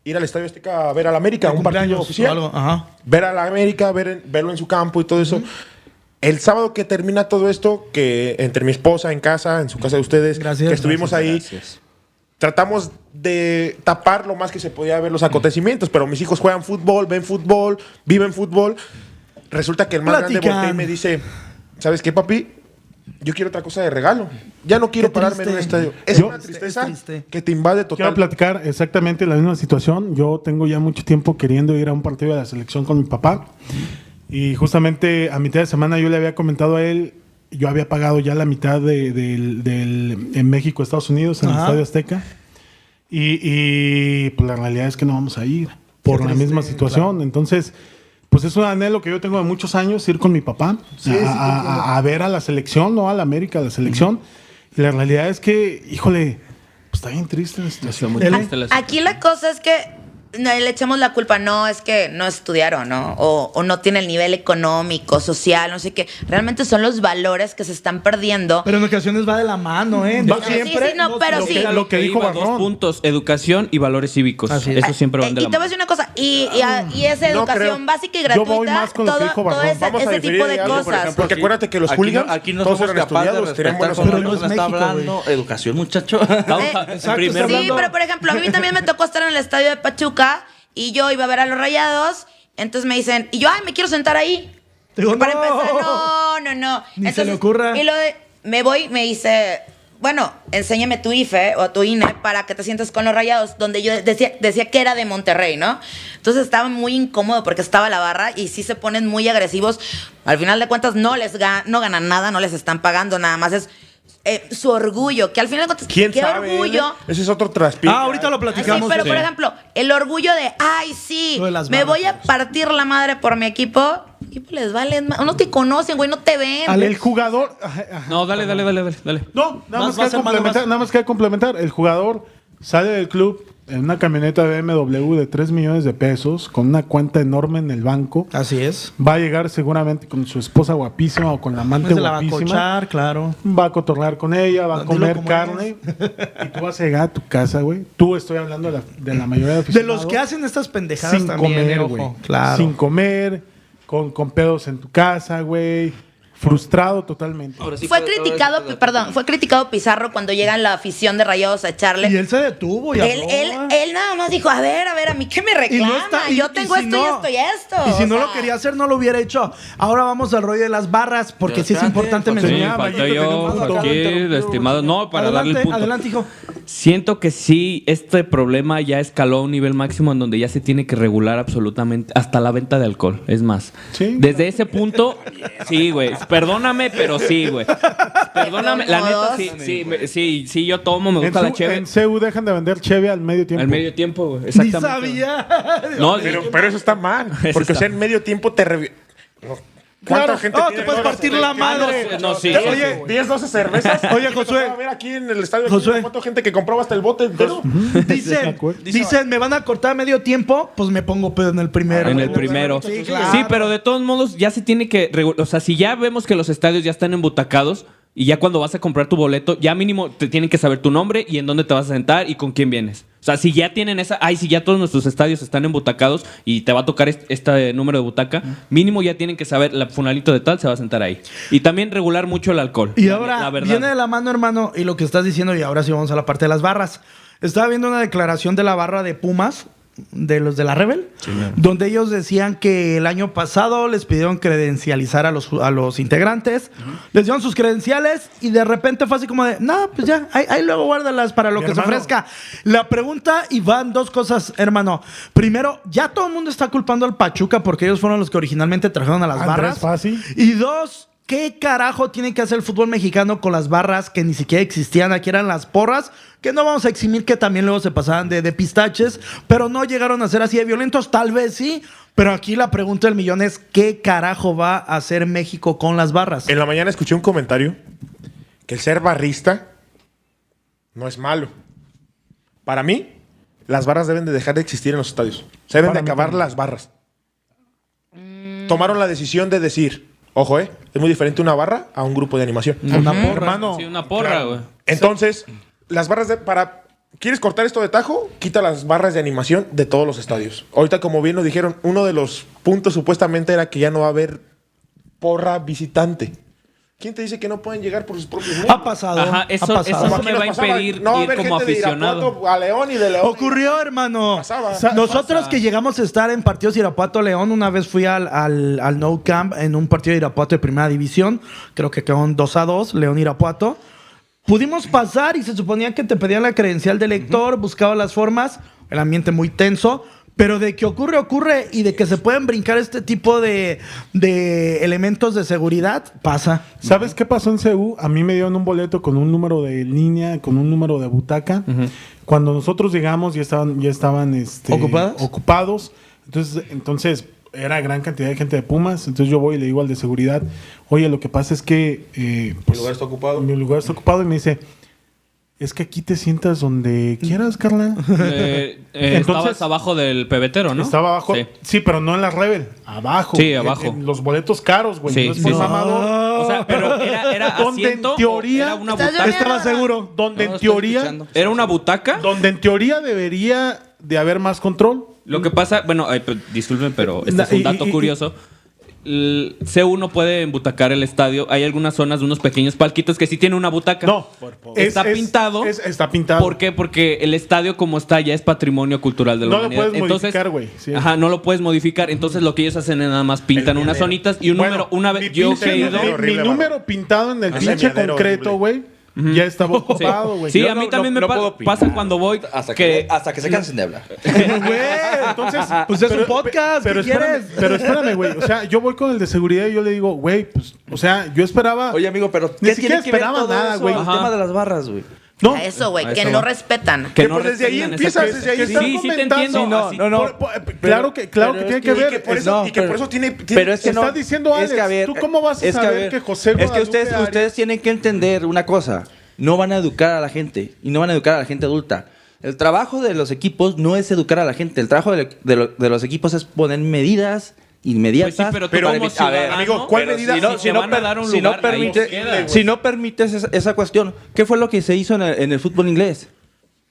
ir al Estadio Azteca a ver al América, De un partido cumpleaños o oficial. algo, ajá. Ver al América, ver, en- verlo en su campo y todo eso. El sábado que termina todo esto, que entre mi esposa en casa, en su casa de ustedes, Gracias, que estuvimos ahí, Gracias. tratamos de tapar lo más que se podía ver los acontecimientos, pero mis hijos juegan fútbol, ven fútbol, viven fútbol. Resulta que el más grande Platican. voltea y me dice, ¿sabes qué, papi? Yo quiero otra cosa de regalo. Ya no quiero Qué pararme en un triste. estadio. Es Es una triste, tristeza es triste. que te invade Quiero totalmente. platicar exactamente la misma situación. Yo tengo ya mucho tiempo queriendo ir a un partido de la selección con mi papá. Y justamente a mitad de semana yo le había comentado a él, yo había pagado ya la mitad de- del- del- en México, Estados Unidos, en el Ajá. Estadio Azteca. Y, y, pues, la realidad es que no vamos a ir por la triste, misma situación. Entonces, pues es un anhelo que yo tengo de muchos años, ir con mi papá a, a- a- a ver a la selección, no a la América, a la selección. Y la realidad es que, híjole, pues está bien triste la situación. muy Dele. triste la Aquí la cosa es que no, le echamos la culpa, no, es que no estudiaron, ¿no? O, o no tiene el nivel económico, social, no sé qué. Realmente son los valores que se están perdiendo. Pero en ocasiones va de la mano, Mm. ¿eh? No Sí, sí, siempre. no, pero lo sí. que- Era lo- que dijo iba, Barrón. Dos puntos, educación y valores cívicos. Así es. Eso siempre Eh, van de y la te voy mano. a decir una cosa, y, y a- y es No educación creo. básica y Yo gratuita, voy más con lo todo, que dijo todo Barrón. ese, Vamos a ese diferir tipo de de algo, por cosas. ejemplo. Porque acuérdate que los aquí hooligans no, aquí no todos somos eran capaces de estudiados, tenían respetar buenos cuando valores. Pero alguien está no es México, hablando educación, muchacho. Estamos Eh, a- exacto, en primer está Sí, hablando- lugar. pero por ejemplo, a mí también me tocó estar en el estadio de Pachuca y yo iba a ver a los rayados. Entonces me dicen, y yo, ay, me quiero sentar ahí. Digo, Para "No". empezar, no, no, no. Ni se le ocurra. Y lo de- me voy, me dice, bueno, enséñame tu IFE o tu INE para que te sientes con los rayados, donde yo decía, decía que era de Monterrey, ¿no? Entonces estaba muy incómodo porque estaba la barra y sí se ponen muy agresivos. Al final de cuentas, no les ga- no ganan nada, no les están pagando, nada más es eh, su orgullo, que al final de cuentas, ¿Quién qué sabe? orgullo. Ese es otro traspié. Ah, ahorita lo Ah, Sí, platicamos. pero por sí. ejemplo, el orgullo de, ay, sí, Lo de las me barras, voy a partir la madre por mi equipo. Y pues les vale, ma- no te conocen, güey, no te ven. Al- el jugador. ajá, ajá. No, dale, dale, dale, dale, dale. No, nada Vas- vas, más, que hermano, complementar, vas. nada más que complementar. El jugador sale del club en una camioneta BMW de 3 millones de pesos, con una cuenta enorme en el banco. Así es. Va a llegar seguramente con su esposa guapísima o con la amante Pues Se la va a guapísima. cochar, claro. Va a cotorrear con ella, va a Dilo comer como carne. Y tú vas a llegar a tu casa, güey. Tú estoy hablando de la, de la mayoría de De aficionados los que hacen estas pendejadas sin también, eh, comer, ojo. güey. Claro. Sin comer, con, con pedos en tu casa, güey. Frustrado totalmente. fue criticado, perdón, fue criticado Pizarro cuando llega la afición de Rayados a echarle. Y él se detuvo y Él, habló, él, ah. él nada más dijo, a ver, a ver, a mí qué me reclama. está- Yo tengo si esto no- y esto y esto. Y si o no lo sea. quería hacer, no lo hubiera hecho. Ahora vamos al rollo de las barras, porque sí es importante Sí, mencionar. faltó Mayito, tenía un punto yo acá. aquí, estimado. No, para darle el Adelante, punto. Adelante, hijo. Siento que sí, este problema ya escaló a un nivel máximo en donde ya se tiene que regular absolutamente hasta la venta de alcohol. Es más, Sí. desde ese punto, sí, güey. Perdóname, pero sí, güey. Perdóname, la neta, sí, sí, me- sí, sí, yo tomo, me En, gusta la su, cheve. en CEU dejan de vender cheve al medio tiempo. Al medio tiempo, güey. Ni Exactamente. sabía. No, Pero, pero eso está mal. Eso Porque, está o sea, en medio tiempo te revi- No. ¿Cuánta Claro, gente no, tiene te puedes ahora? partir la madre. no, no, sí. Te- Oye, Oye, 10, 12 cervezas. Oye, Yo me Josué. tocaba ver aquí en el estadio. Josué. Josué. ¿Cuánta gente que compraba hasta el bote entero? Dicen, dicen, me van a cortar medio tiempo, pues me pongo pedo en el primero. Ah, En el primero. Sí, Sí, claro. pero de todos modos ya se tiene que... regu- O sea, si ya vemos que los estadios ya están embutacados y ya cuando vas a comprar tu boleto, ya mínimo te tienen que saber tu nombre y en dónde te vas a sentar y con quién vienes. O sea, si ya tienen esa... Ay, si ya todos nuestros estadios están embutacados y te va a tocar est- este, número de butaca, mínimo ya tienen que saber, la funalito de tal se va a sentar ahí. Y también regular mucho el alcohol. Y la- ahora la verdad. viene de la mano, hermano, y lo que estás diciendo, y ahora sí vamos a la parte de las barras. Estaba viendo una declaración de la barra de Pumas, de los de la Rebel, donde ellos decían que el año pasado les pidieron credencializar a los, ju- a los integrantes, les dieron sus credenciales y de repente fue así como de, no, pues ya, ahí, ahí luego guárdalas para lo Mi que hermano. se ofrezca. La pregunta, y van dos cosas, hermano. Primero, ya todo el mundo está culpando al Pachuca porque ellos fueron los que originalmente trajeron a las Andrés barras. Fassi. Y dos, ¿qué carajo tiene que hacer el fútbol mexicano con las barras que ni siquiera existían? Aquí eran las porras, que no vamos a eximir que también luego se pasaban de, de pistaches, pero no llegaron a ser así de violentos, tal vez sí. Pero aquí la pregunta del millón es, ¿qué carajo va a hacer México con las barras? En la mañana escuché un comentario que el ser barrista no es malo. Para mí, las barras deben de dejar de existir en los estadios. Se deben de acabar las barras. Tomaron la decisión de decir, ojo, eh, es muy diferente una barra a un grupo de animación. Una porra. Sí, una porra, Ah, güey. Entonces, las barras de para ¿Quieres cortar esto de tajo? Quita las barras de animación de todos los estadios. Ahorita, como bien nos dijeron, uno de los puntos supuestamente era que ya no va a haber porra visitante. ¿Quién te dice que no pueden llegar por sus propios medios? Ha pasado. Ajá, eso, ha pasado. eso Aquí me nos va a pasaba, impedir no va a ir haber como gente de aficionado. Irapuato a León y de León. Ocurrió, hermano. Pasaba. Sa- Nosotros que llegamos a estar en partidos Irapuato León, una vez fui al, al, al No Camp en un partido de Irapuato de primera división, creo que quedó en 2 a 2, León Irapuato. Pudimos pasar y se suponía que te pedían la credencial de lector, buscaba las formas, el ambiente muy tenso. Pero de que ocurre, ocurre, y de que se pueden brincar este tipo de, de elementos de seguridad, pasa. ¿Sabes qué pasó en CEU? A mí me dieron un boleto con un número de línea, con un número de butaca. Cuando nosotros llegamos ya estaban, ya estaban este, ¿Ocupadas? ocupados. Entonces, entonces era gran cantidad de gente de Pumas. Entonces yo voy y le digo al de seguridad, oye, lo que pasa es que... eh, pues, lugar está ocupado." Mi lugar está ocupado y me dice, es que aquí te sientas donde quieras, Carla. Eh, eh, Entonces- estabas abajo del pebetero, ¿no? Estaba abajo. Sí. Sí. pero no en la Rebel. Abajo. Sí, En- abajo. en los boletos caros, güey. Sí, no es sí, por sí. mamador. O sea, pero era, era Donde en asiento o teoría- era una ¿Estás butaca. lloviendo? Estaba seguro. Donde No, lo en estoy teoría... escuchando. Era una butaca. Donde en teoría debería de haber más control. Lo que pasa, bueno, ay, pe- disculpen, pero este Na- es un y- dato y- y- curioso. El C1 puede embutacar el estadio. Hay algunas zonas de unos pequeños palquitos que sí tienen una butaca. No, es- está es- pintado. es- está pintado. ¿Por qué? Porque el estadio como está ya es patrimonio cultural de la No lo humanidad. puedes Entonces- modificar, güey, sí. Ajá, no lo puedes modificar. Entonces lo que ellos hacen es nada más pintan El unas miadero. zonitas y un Bueno, número. Una mi vez yo pinche que he ido... miadero. Mi, horrible, mi bárbaro. número pintado en el Ah, pinche miadero concreto, güey, ya estaba Sí, ocupado, güey. Sí, Yo a no- mí también no- me no pa- puedo opinar. pasa cuando voy Hasta que... que, hasta que se cansen de hablar. Güey, entonces... Pues es un podcast, Pero ¿qué espérame, quieres? pero espérame, güey. O sea, yo voy con el de seguridad y yo le digo, güey, pues, o sea, yo esperaba... Oye, amigo, pero Ni ¿qué siquiera tiene que ver esperaba todo nada, eso Ah, güey. al Ajá. tema de las barras, güey? no, A eso, güey, A que eso no va. respetan. Que Que no pues desde ahí respetan empiezas, que- desde ahí que están están sí, te comentando- entiendo. No, así- no, no. Por- por- Pero- claro que, claro que pero tiene que, es que- eh, Y ver. que por Es- eso, no, y que pero- por eso tiene, tiene- Pero es que Está no. diciendo es Alex, ¿tú cómo vas a es saber que José Es que Guadalupe ustedes, Arias- ustedes tienen que entender una cosa. No van a educar a la gente. Y no van a educar a la gente adulta. El trabajo de los equipos no es educar a la gente. El trabajo de, de lo- de los equipos es poner medidas inmediatas. Pues sí, pero tú para como evi- a ver, ciudadano, amigo, ¿cuál pero medida? si Si no- no, si te van a per- dar un si no lugar, ahí permite- quédate, güey. si no permites esa, esa cuestión, ¿qué fue lo que se hizo en el- en el fútbol inglés?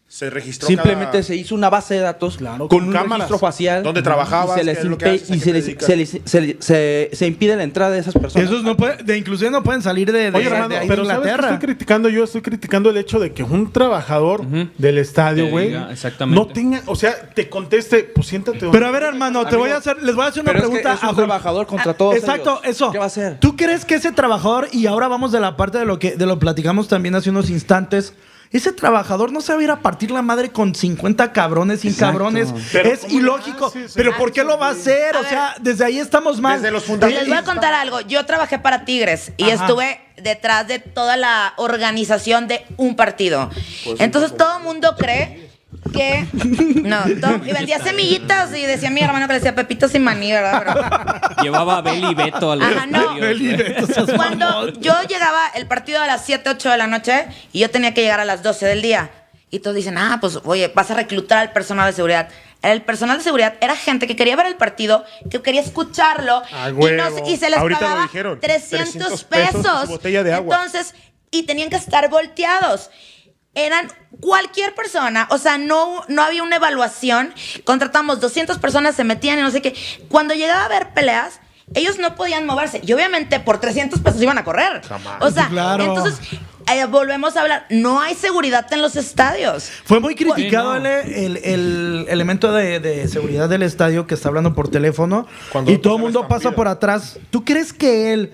se registró Simplemente cada- se hizo una base de datos Claro, con con un cámaras. registro facial. ¿Dónde trabajabas? Y se les ¿Qué es lo que impe- haces? ¿A y qué se te les- dedicas? se les- se les- se- se impide la entrada de esas personas. Esos no pueden, de inclusive no pueden salir de, de- Oye, hermano, de ahí de pero ¿sabes qué Inglaterra. estoy criticando yo? Estoy criticando el hecho de que un trabajador del estadio, Que güey, diga, exactamente. no tenga, o sea, te conteste, pues siéntate donde- Pero a ver, hermano, te Amigo, voy a hacer, les voy a hacer una pero es que pregunta es un a Jul- trabajador contra todos Exacto, ellos. eso. ¿Qué va a hacer? ¿Tú crees que ese trabajador y ahora vamos de la parte de lo que de lo platicamos también hace unos instantes? Ese trabajador no se va a ir a partir la madre con 50 cabrones, 100 cabrones. Pero es ¿cómo le ilógico. haces, pero ¿por qué lo va a hacer? A o ver. sea, desde ahí estamos mal. Desde los Les fundamentos. voy a contar algo. Yo trabajé para Tigres y Ajá. estuve detrás de toda la organización de un partido. Entonces todo el mundo cree que. No, todo- y vendía semillitas y decía mi hermano que le decía pepitos y maní, ¿verdad? Pero- Llevaba a Beli y Beto a los Ajá, no. estadios, güey. Cuando yo llegaba el partido a las 7, 8 de la noche y yo tenía que llegar a las 12 del día. Y todos dicen, ah, pues oye, vas a reclutar al personal de seguridad. El personal de seguridad era gente que quería ver el partido, que quería escucharlo. A y, huevo. nos- y se les Ahorita lo pagaba dijeron, 300 300 pesos pesos. su botella de agua. Entonces, y tenían que estar volteados. Eran cualquier persona, o sea, no, no había una evaluación. Contratamos 200 personas, se metían y no sé qué. Cuando llegaba a haber peleas, ellos no podían moverse. Y obviamente por 300 pesos iban a correr. Jamás. O sea, Claro. entonces eh, volvemos a hablar. No hay seguridad en los estadios. Fue muy criticado Sí, no. el, el- el elemento de, de seguridad del estadio que está hablando por teléfono Cuando y no todo el pasa la mundo pasa estampida. por atrás. ¿Tú crees que él,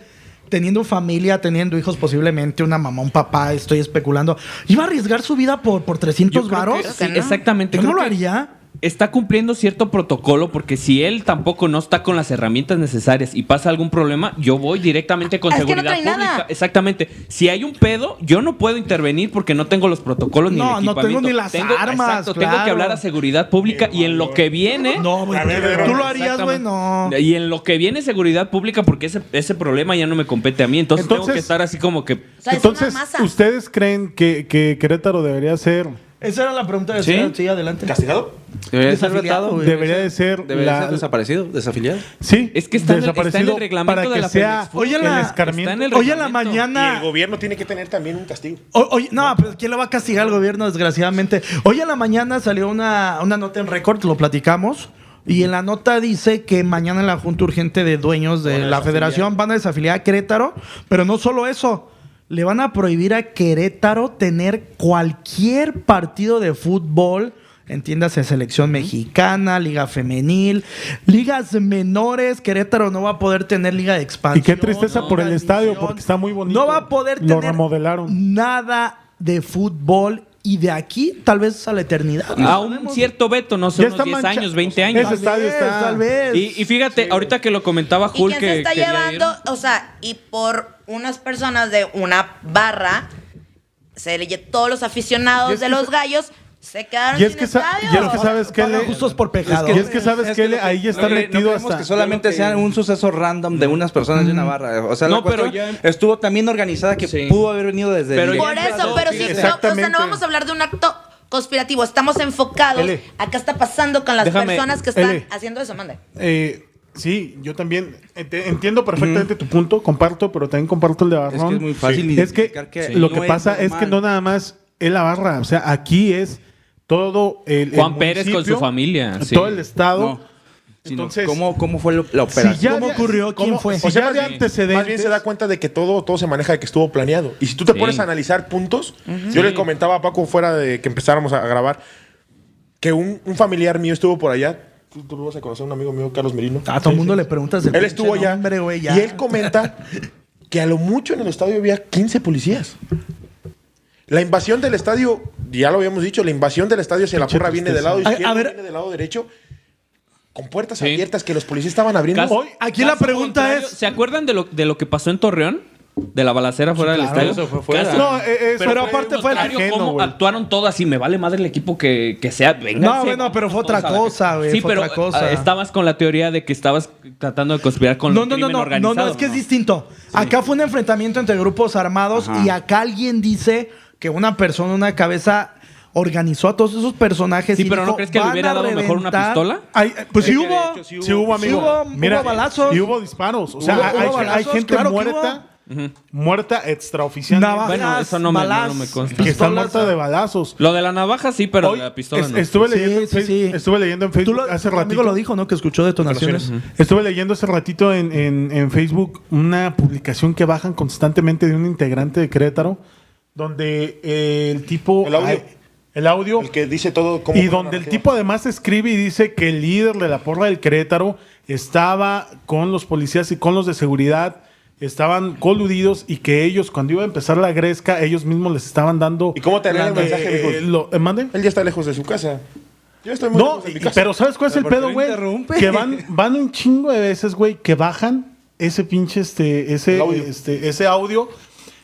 teniendo familia, teniendo hijos, posiblemente una mamá, un papá, estoy especulando, iba a arriesgar su vida por, por 300 Yo creo varos? que Creo sí, que no. exactamente. Yo creo no lo que haría. Está cumpliendo cierto protocolo porque si él tampoco no está con las herramientas necesarias y pasa algún problema, yo voy directamente con Ah, Es que no seguridad trae nada. pública. Exactamente. Si hay un pedo, yo no puedo intervenir porque no tengo los protocolos ni el No, no equipamiento. tengo ni las armas, Exacto, tengo claro. que hablar a seguridad pública y en lo que viene No, güey. A ver, Tú lo exactamente. harías, güey, no. Y en lo que viene seguridad pública, porque ese, ese problema ya no me compete a mí. Entonces, tengo Entonces- que estar así como que. O sea, es una Entonces, masa. ¿ustedes creen que, que Querétaro debería ser Esa era la pregunta de ¿Sí? Sara. Sí, adelante. ¿Castigado? Debería ser Desafiliado, vetado, güey. Debería de ser Debería la- ser desafiliado, desafiliado. Sí, Es que está en el- está en el reglamento para de que la sea Femex. Hoy en el la- escarmiento. está en el Hoy en la reglamento. Y mañana. el gobierno tiene que tener también un castigo. O- oye, no, pero ¿quién lo va a castigar al gobierno, desgraciadamente? Hoy en la mañana salió una, una nota en récord, lo platicamos. Y en la nota dice que mañana en la Junta Urgente de Dueños de la Federación van a desafiliar a Querétaro. Pero no solo eso, le van a prohibir a Querétaro tener cualquier partido de fútbol. Entiéndase, selección mexicana, liga femenil, ligas menores. Querétaro no va a poder tener liga de expansión. Y qué tristeza por el liga de estadio, división. porque está muy bonito. No va a poder Lo tener remodelaron. nada de fútbol y de aquí tal vez a la eternidad. A un cierto veto, no sé, Ya unos está 10 mancha- años, 20 Tal ese años. está- estadio vez, tal vez. Y, y fíjate, ahorita que lo comentaba Y Hulk. quien se está quería ir. llevando, o sea, y por unas personas de una barra, se le, todos los aficionados Y es de que los sa- gallos se quedaron Y es sin que sa- estadio. y es que sabes que Pagan le- justos por pecado. Y es que sabes Es que que le- lo que- ahí está lo que- no metido creemos hasta. que solamente sea un suceso random de unas personas de una barra. O sea, No, la cuestión pero ya- estuvo también organizada que Sí. pudo haber venido desde Pero el- ya- Por eso, pero sí, no, o sea, Exactamente. no vamos a hablar de un acto conspirativo. Estamos enfocados Ele. a qué está pasando con las Déjame, personas que están Ele. haciendo eso. Mande. Eh, sí, yo también ent- entiendo perfectamente tu punto, comparto, pero también comparto el de Barrón. Es que es muy fácil Sí. Es que, identificar que lo no que es pasa es que normal. no nada más es la barra, o sea, aquí es todo el. el Juan Pérez con municipio, su familia, sí. Todo el estado. No. Sino Entonces, ¿cómo, ¿Cómo fue lo- la si operación? ya ¿Cómo había- ocurrió? ¿Quién cómo- fue? O Sí, sea, más había bien- antecedentes. Más bien se da cuenta de que todo, todo se maneja de que estuvo planeado. Y si tú te Sí. pones a analizar puntos, yo le comentaba a Paco fuera de que empezáramos a grabar que un, un familiar mío estuvo por allá. Tú, tú lo vas a conocer, un amigo mío, Carlos Merino. a todo el mundo le preguntas el Él estuvo pinche allá. nombre, güey, ya. Y él comenta que a lo mucho en el estadio había 15 policías. La invasión del estadio, ya lo habíamos dicho, la invasión del estadio hacia la porra viene del lado A- a izquierdo, ver. viene del lado derecho, con puertas Sí. abiertas que los policías estaban abriendo. Caso- Hoy, Aquí la caso pregunta contrario, es. ¿Se acuerdan de lo, de lo que pasó en Torreón? De la balacera fuera del claro. estadio. Eso fue fuera. No, eh, eh, pero aparte fue el ajeno, cómo güey. actuaron todas y me vale madre el equipo que, que sea. Venga. No, bueno, pero fue otra cosa, güey, Sí, fue pero otra cosa. eh, estabas con la teoría de que estabas tratando de conspirar con No, el no, no, crimen no, no, organizado. no, es que es distinto. Acá fue un enfrentamiento entre grupos armados Ajá. y acá alguien dice que una persona, una cabeza, organizó a todos esos personajes. Sí, y pero ¿no dijo, crees que le "Van hubiera a dado mejor una reventar". pistola? Ay, eh, pues Sí, sí que de hubo, hecho sí hubo, amigo. hubo- hubo balazos. Y hubo disparos. O sea, Hubo- hay, hubo hay balazos, gente claro que muerta, muerta extraoficial. Navajas, Bueno, eso no me- no, balas, no me consta. que está pistolas, ah. muerta de balazos. Lo de la navaja sí, pero Hoy la pistola es- no. estuve, Sí, leyendo en sí, Facebook- sí. estuve leyendo en Tú Facebook lo, hace tu amigo ratito. lo dijo, ¿no? Que escuchó detonaciones. Estuve leyendo hace ratito en, en- en Facebook una publicación que bajan constantemente de un integrante de Querétaro, donde eh, el tipo. El audio. el audio. el que dice todo como Y donde el tipo además escribe y dice que el líder de la porra del Querétaro estaba con los policías y con los de seguridad, estaban coludidos y que ellos cuando iba a empezar la gresca, ellos mismos les estaban dando... ¿Y cómo te leen el Eh, mensaje, mijo? eh, lo- eh, ¿mande? Él ya está lejos de su casa. Yo estoy muy No, lejos de mi y- casa. pero ¿sabes cuál es el Pero ¿por pedo, qué güey? interrumpe? Que van, van un chingo de veces, güey, que bajan ese pinche, este, ese, El audio. este, ese audio.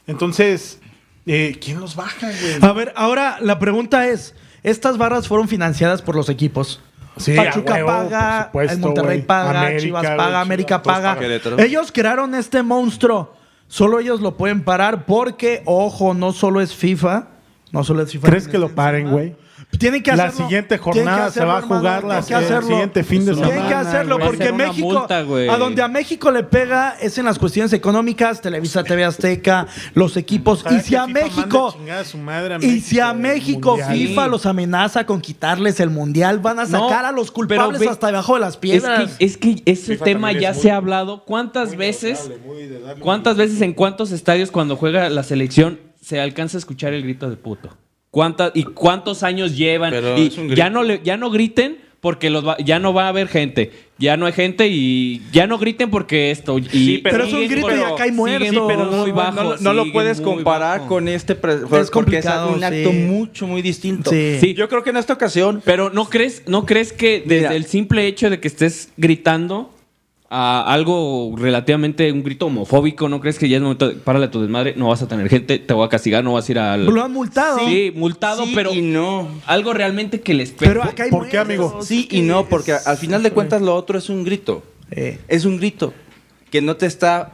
Entonces, eh, ¿quién los baja, güey? A ver, ahora la pregunta es: ¿estas barras fueron financiadas por los equipos? Sí, Pachuca a huevo, paga, por supuesto, el Monterrey güey. paga, América, Chivas paga, güey, Chivas, pues, América todos paga. pagan. Querétaro. Ellos crearon este monstruo. Solo ellos lo pueden parar porque, ojo, no solo es FIFA. No solo es FIFA. ¿Crees que lo paren, güey? Tienen que La hacerlo. siguiente Tienen que jornada se va a hermano, jugar tienen la- que el hacerlo. siguiente fin de Tienen que semana, hacerlo güey. Va a porque ser una México, multa, güey. a donde a México le pega es en las cuestiones económicas, Televisa, TV Azteca, los equipos. Y Ojalá si que a FIFA mande México, a chingar a su madre a y si a del México Mundial. FIFA Sí. los amenaza con quitarles el mundial, van a No, sacar a los pero culpables ve- hasta debajo de las Es piedras. que, eh, es que ese FIFA tema también ya es se muy- ha hablado. ¿Cuántas Muy veces? notable, muy de darle- ¿Cuántas veces en cuántos estadios cuando juega la selección se alcanza a escuchar el grito de puto? ¿Cuántas y cuántos años llevan? Pero y es un grito. ya no le, ya no griten porque los va- ya no va a haber gente. Ya no hay gente y ya no griten porque esto y pero- Pero es un siguen grito y pero- acá hay siguen, muertos. pero muy No, no, bajo, no, no lo siguen puedes muy comparar bajo. con este pre- porque es complicado, un acto sí. mucho muy distinto. Sí. Sí. Yo creo que en esta ocasión Pero no crees, no crees que desde Mira. el simple hecho de que estés gritando a algo relativamente un grito homofóbico, no crees que ya es momento de párale a tu desmadre, no vas a tener gente, te voy a castigar, no vas a ir al Lo han multado. Sí, multado, sí pero y no. algo realmente que les pese. Pero acá hay ¿Por qué, muertos, amigo? Sí que y no, es- porque al final de cuentas lo otro es un grito. Eh. Es un grito que no te está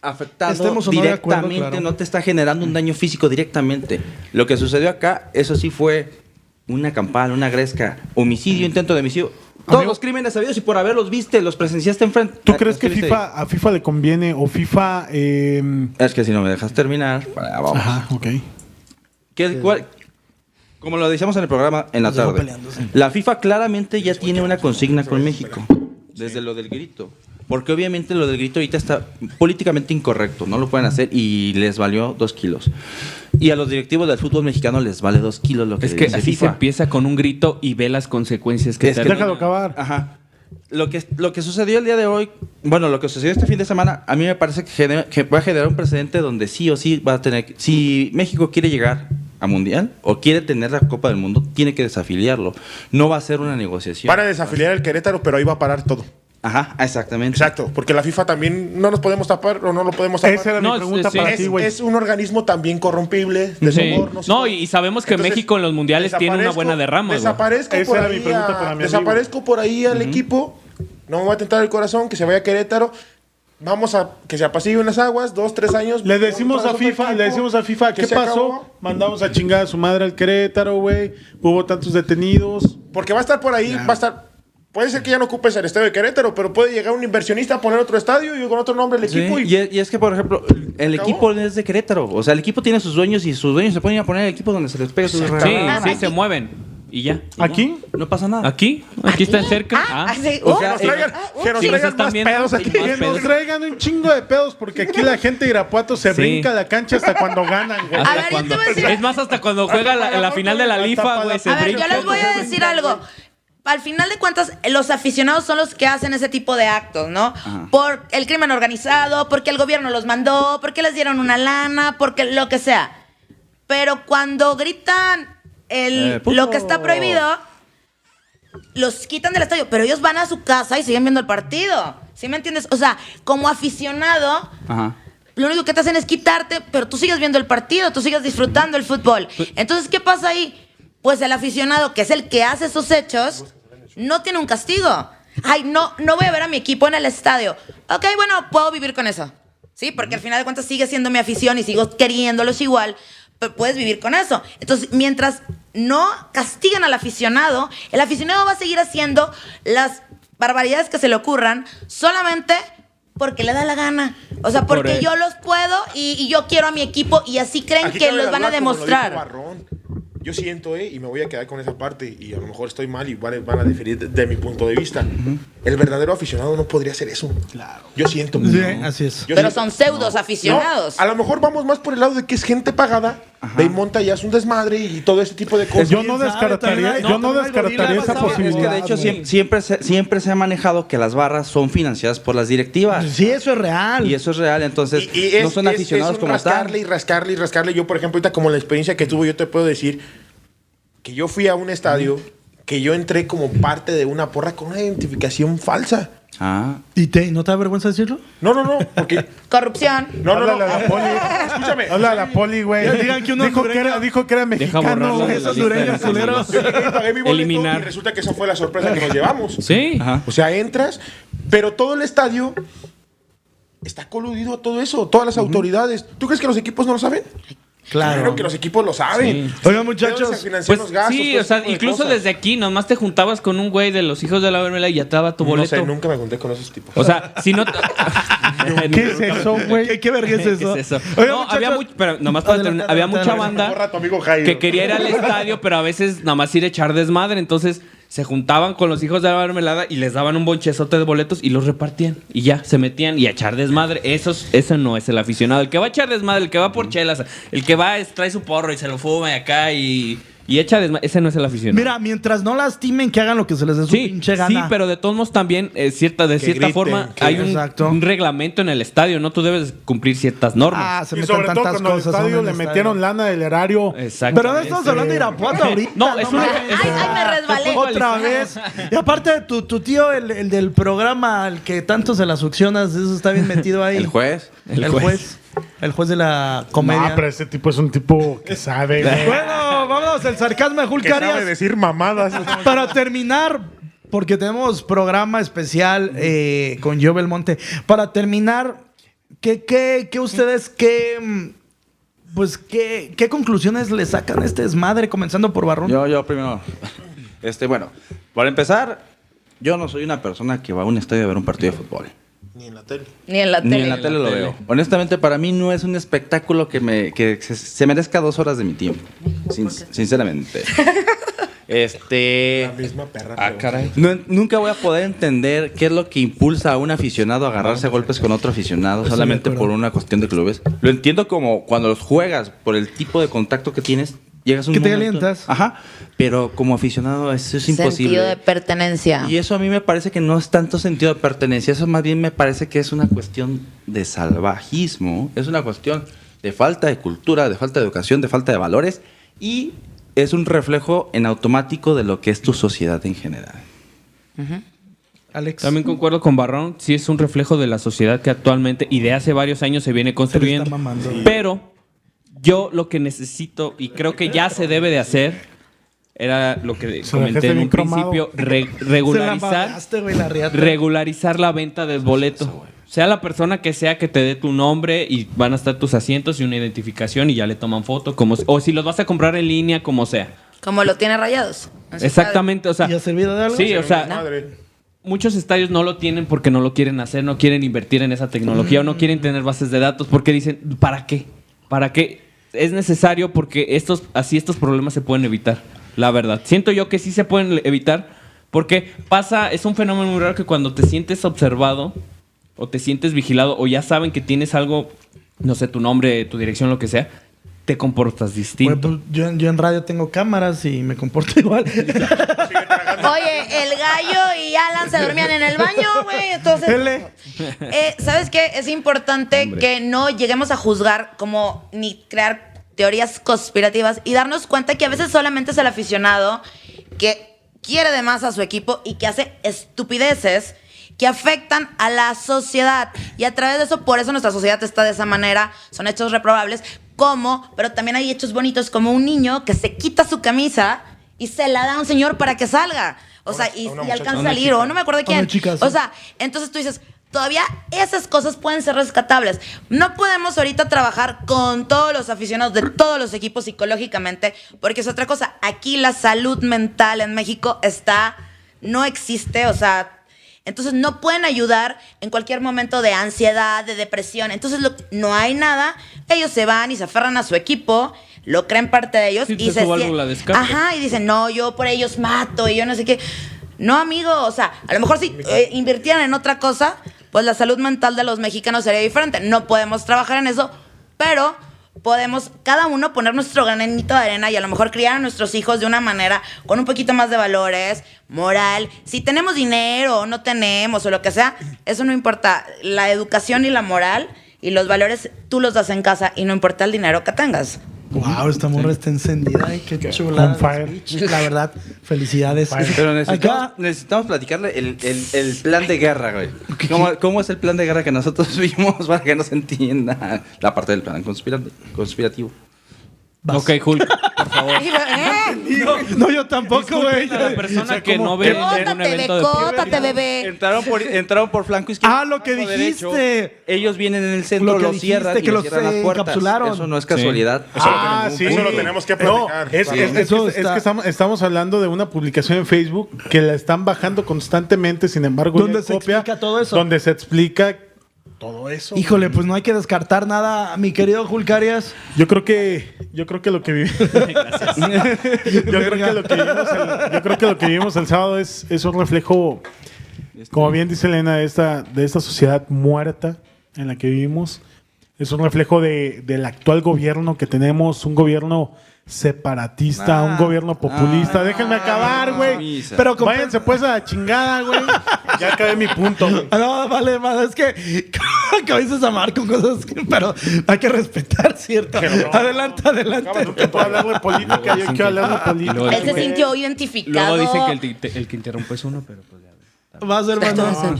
afectando Estemos o no de directamente, acuerdo, claro. no te está generando un daño físico directamente. Lo que sucedió acá, eso sí fue una campal, una gresca, homicidio, intento de homicidio. Todos Amigo- los crímenes sabidos y por haberlos viste, los presenciaste enfrente. ¿Tú Ah, crees que estuviste FIFA, a FIFA le conviene o FIFA... eh, ahí. Es que si no me dejas terminar, para- vamos. Ajá, ok. Que el cual- como lo decíamos en el programa en la tarde, la FIFA claramente ya tiene una consigna con México, desde lo del grito. Porque obviamente lo del grito ahorita está políticamente incorrecto, no lo pueden hacer y les valió dos kilos. Y a los directivos del fútbol mexicano les vale dos kilos lo que Es que dice así se FIFA. empieza con un grito y ve las consecuencias que Es que termina. Déjalo acabar. Ah, Ajá. Lo que, lo que sucedió el día de hoy, bueno, lo que sucedió este fin de semana, a mí me parece que, genera- que va a generar un precedente donde sí o sí va a tener. que- Si México quiere llegar a Mundial o quiere tener la Copa del Mundo, tiene que desafiliarlo. No va a ser una negociación. Para desafiliar el Querétaro, pero ahí va a parar todo. Ajá, exactamente. Exacto, porque la FIFA también no nos podemos tapar o no lo podemos tapar. Esa era No, mi es- pregunta sí. para es, ti, güey. es un organismo también corrompible, de Sí. sobornos. No, y- y sabemos que México en los mundiales tiene una buena derrama, güey. Desaparezco Esa por era mi ahí, pregunta a- para mi desaparezco por ahí al equipo. No me va a tentar el corazón, que se vaya a Querétaro. Vamos a que se apaciguen las aguas, dos, tres años. Le decimos a otra vez otro FIFA, le equipo, decimos a FIFA, que ¿qué se pasó? acabó. Mandamos a chingar a su madre al Querétaro, güey. Hubo tantos detenidos. Porque va a estar por ahí, va a estar. Puede ser que ya no ocupes el estadio de Querétaro, pero puede llegar un inversionista a poner otro estadio y con otro nombre el Sí, equipo. y- y, es- y es que, por ejemplo, el Acabó. equipo es de Querétaro. O sea, el equipo tiene sus dueños y sus dueños se ponen a poner el equipo donde se les pega sus Sí, regadas. sí, Ah, se mueven. Y ya. ¿Aquí? No pasa nada. ¿Aquí? ¿Aquí está cerca? Ah, Ah. así, O oh, que nos sea, traigan, ah, que nos si nos traigan están más viendo, pedos hay aquí. más Que nos pedos. traigan un chingo de pedos porque aquí la gente de Irapuato se Sí. brinca la cancha hasta cuando ganan, güey. Hasta A ver, yo te cuando- voy a decir- Es más, hasta cuando juega la, la final de la lifa, güey, se A ver, brinca. yo les voy a decir algo. Al final de cuentas, los aficionados son los que hacen ese tipo de actos, ¿no? Por el crimen organizado, porque el gobierno los mandó, porque les dieron una lana, porque lo que sea. Pero cuando gritan el, Eh, puto. lo que está prohibido, los quitan del estadio, pero ellos van a su casa y siguen viendo el partido. ¿Sí me entiendes? O sea, como aficionado, Ajá. lo único que te hacen es quitarte, pero tú sigues viendo el partido, tú sigues disfrutando el fútbol. Entonces, ¿qué pasa ahí? Pues el aficionado, que es el que hace esos hechos, no tiene un castigo. Ay, no, no voy a ver a mi equipo en el estadio. Ok, bueno, puedo vivir con eso. Sí, porque al final de cuentas sigue siendo mi afición y sigo queriéndolos igual, pero puedes vivir con eso. Entonces, mientras no castigan al aficionado, el aficionado va a seguir haciendo las barbaridades que se le ocurran solamente porque le da la gana. O sea, Por porque el- yo yo los puedo y, y yo quiero a mi equipo y así creen Aquí que cabe los van a hablar, como lo dijo demostrar. Barrón. Yo siento, eh, y me voy a quedar con esa parte, y a lo mejor estoy mal y van, a- van a diferir de, de mi punto de vista. El verdadero aficionado no podría hacer eso. Claro. Yo siento. Sí, No. así es. Yo Pero siento- son pseudos No, aficionados. a lo mejor vamos más por el lado de que es gente pagada, de ahí monta y hace un desmadre y todo ese tipo de cosas. Yo no sabe, descartaría, también hay- yo no no, también hay descartaría gorilas, esa ¿sabes? Es que posibilidad. de hecho güey. siem- siempre se, siempre se ha manejado que las barras son financiadas por las directivas. Sí, eso es real. Y eso es real, entonces Y- y es- no son es- aficionados es un como rascarle y tal. rascarle y rascarle. Yo, por ejemplo, ahorita como la experiencia que tuve, yo te puedo decir que yo fui a un estadio que yo entré como parte de una porra con una identificación falsa. Ah, ¿Y te, no te da vergüenza decirlo? No, no, no, porque... pues, Corrupción. No, no, no. Háblale a la poli. Escúchame. Habla a la poli, güey. Ya digan que uno es Dijo que hondureño. era, dijo que era Deja mexicano, borrarlo güey. de la esos lista de dureños culeros. nacionales. Yo llegué y pagué mi boleto Eliminar. y resulta que esa fue la sorpresa que nos llevamos. Sí. Ajá. O sea, entras, pero todo el estadio está coludido a todo eso, todas las autoridades. ¿Tú crees que los equipos no lo saben? Claro que los equipos lo saben. Sí. Oigan, Debes de muchachos. financiar Pues los gastos, sí, todo o ese sea, tipo de incluso cosas. desde aquí, nomás te juntabas con un güey de los hijos de la vermela y ya te daba tu No boleto. sé, nunca me conté con esos tipos. O sea, si no. ¿Qué es eso, güey? ¿Qué, qué verga es eso? ¿Qué es eso? Oigan, no, había, muchachos, much- pero nomás para Adelante, terminar, había adelante, mucha adelante. Borra a tu banda amigo Jairo. que quería ir al estadio, pero a veces nada más ir a echar desmadre. Entonces se juntaban con los hijos de la mermelada y les daban un bonchezote de boletos y los repartían. Y ya, se metían y a echar desmadre. Esos, eso no es el aficionado. El que va a echar desmadre, el que va por chelas, el que va es- trae su porro y se lo fuma y acá y, y echa desmadre. Ese no es el aficionado. Mira, mientras no lastimen, que hagan lo que se les dé su Sí, pinche sí, gana. pero de todos modos también, eh, cierta, de Que cierta griten, forma, que- hay un, Exacto. un reglamento en el estadio, ¿no? Tú debes cumplir ciertas normas. Ah, se y meten sobre todo tantas cuando al cosas. estadio ¿no? en le el metieron estadio. lana del erario. Exacto. Pero no estamos hablando de Irapuato ahorita. No, es una- mames. es- Ay, ay, me resbalé. Otra vez. Y aparte, tu, tu tío, el, el del programa, al que tanto se la succionas, eso está bien metido ahí. el juez. El juez. El juez de la comedia. No, pero ese tipo es un tipo que sabe, güey. Bueno, vámonos, el sarcasmo de Hulk Que sabe Arias. decir mamadas. Para terminar, porque tenemos programa especial eh, con Joe Belmonte. Para terminar, ¿qué, qué, qué ustedes, qué, mm, pues, ¿qué, qué conclusiones le sacan a este desmadre? Comenzando por Barrón. Yo, yo primero. Este, bueno, para empezar, yo no soy una persona que va a un estadio a ver un partido de fútbol. Ni en la tele. Ni en la Ni tele. en la tele lo tele. veo. Honestamente, para mí no es un espectáculo que, me, que se, se merezca dos horas de mi tiempo. Sin- sinceramente. Este. La misma perra. Ah, pero- caray. No- nunca voy a poder entender qué es lo que impulsa a un aficionado a agarrarse a golpes con otro aficionado solamente por una cuestión de clubes. Lo entiendo como cuando los juegas, por el tipo de contacto que tienes, llegas a un Que te momento- calientas. Ajá, pero como aficionado eso es imposible. Sentido de pertenencia. Y eso a mí me parece que no es tanto sentido de pertenencia, eso más bien me parece que es una cuestión de salvajismo, es una cuestión de falta de cultura, de falta de educación, de falta de valores y es un reflejo en automático de lo que es tu sociedad en general. Alex. También concuerdo con Barrón, sí es un reflejo de la sociedad que actualmente y de hace varios años se viene construyendo. está mamando. Sí. Pero yo lo que necesito y creo que ya se debe de hacer era lo Se que la dejaste comenté en bien un cromado. principio, re- Se la regularizar mamaste, güey, la riata. regularizar la venta del boleto. Sea la persona que sea que te dé tu nombre y van a estar tus asientos y una identificación y ya le toman foto como o si los vas a comprar en línea como sea. Como lo tiene rayados. en su Exactamente, o sea, ¿Y ha servido de algo? sí, o sea, Madre. muchos estadios no lo tienen porque no lo quieren hacer, no quieren invertir en esa tecnología o no quieren tener bases de datos porque dicen, ¿para qué? ¿Para qué? Es necesario porque estos, así estos problemas se pueden evitar, la verdad. Siento yo que sí se pueden le- evitar porque pasa, es un fenómeno muy raro que cuando te sientes observado o te sientes vigilado o ya saben que tienes algo, no sé, tu nombre, tu dirección, lo que sea, te comportas Güey, distinto. pues, yo, en- yo en radio tengo cámaras y me comporto igual. estado. Oye, el gallo y Alan se dormían en el baño, güey. Entonces. L. Eh, ¿Sabes qué? Es importante que no lleguemos a juzgar como ni crear teorías conspirativas y darnos cuenta que a veces solamente es el aficionado que quiere de más a su equipo y que hace estupideces que afectan a la sociedad. Y a través de eso, por eso nuestra sociedad está de esa manera. Son hechos reprobables, como, pero también hay hechos bonitos, como un niño que se quita su camisa y se la da a un señor para que salga. O sea, y, a una y muchacha. alcanza A a una salir, o no me acuerdo de A una quién. chica, sí. O sea, entonces tú dices, todavía esas cosas pueden ser rescatables. No podemos ahorita trabajar con todos los aficionados de todos los equipos psicológicamente, porque es otra cosa. Aquí la salud mental en México está, no existe, o sea... Entonces no pueden ayudar en cualquier momento de ansiedad, de depresión. Entonces lo- no hay nada. Ellos se van y se aferran a su equipo, lo creen parte de ellos Sí, y es su se sien- válvula de escape. Ajá, Ah, y dicen, no, yo por ellos mato y yo no sé qué. No, amigo, o sea, a lo mejor si eh, invirtieran en otra cosa, pues la salud mental de los mexicanos sería diferente. No podemos trabajar en eso, pero podemos cada uno poner nuestro granito de arena y a lo mejor criar a nuestros hijos de una manera con un poquito más de valores, moral. Si tenemos dinero o no tenemos o lo que sea, eso no importa. La educación y la moral y los valores tú los das en casa y no importa el dinero que tengas. Wow, esta morra está encendida. Ay, qué On chulada. fire. La verdad, felicidades. Pero necesitamos, Acá, necesitamos platicarle el, el- el plan de guerra, güey. ¿Cómo, cómo es el plan de guerra que nosotros vimos para que nos entienda la parte del plan conspirante- conspirativo? vas. Ok, Hulk, por favor. ¿eh? No, yo tampoco, güey. a la persona O sea, que como- no ve ningún Decótate, evento de decótate, bebé. Entraron por, entraron por flanco izquierdo. Ah, lo que flanco derecho. dijiste. Ellos vienen en el centro, Lo lo que cierran dijiste, y que le los, cierran eh, las puertas. encapsularon. Eso no es casualidad. Eso lo Ah, tenemos- sí. Eso lo tenemos que No, platicar. es, es- es- Eso es está- que estamos, estamos hablando de una publicación en Facebook que la están bajando constantemente, sin embargo, Donde ya hay se explica todo eso. Donde se explica todo eso. Híjole, pues no hay que descartar nada, mi querido Julcarias. Yo creo que yo creo que lo que vivimos yo, creo que lo que vivimos el, yo creo que lo que vivimos el sábado es, es un reflejo como bien dice Elena de esta de esta sociedad muerta en la que vivimos es un reflejo de, del actual gobierno que tenemos un gobierno separatista Ah. un gobierno populista Ah. déjenme acabar güey Misa. Pero con- váyanse pues a la chingada güey ya acabé mi punto güey. Ah, No, vale, vale, es que que a veces amar con cosas, que- pero hay que respetar, ¿cierto? Adelante, Acaba adelante. tu- Tú hablas de política yo quiero hablar de política luego Él se dicen que- sintió identificado. Luego dicen que el, te- el que interrumpe es uno, pero pues ya. Vas, hermano.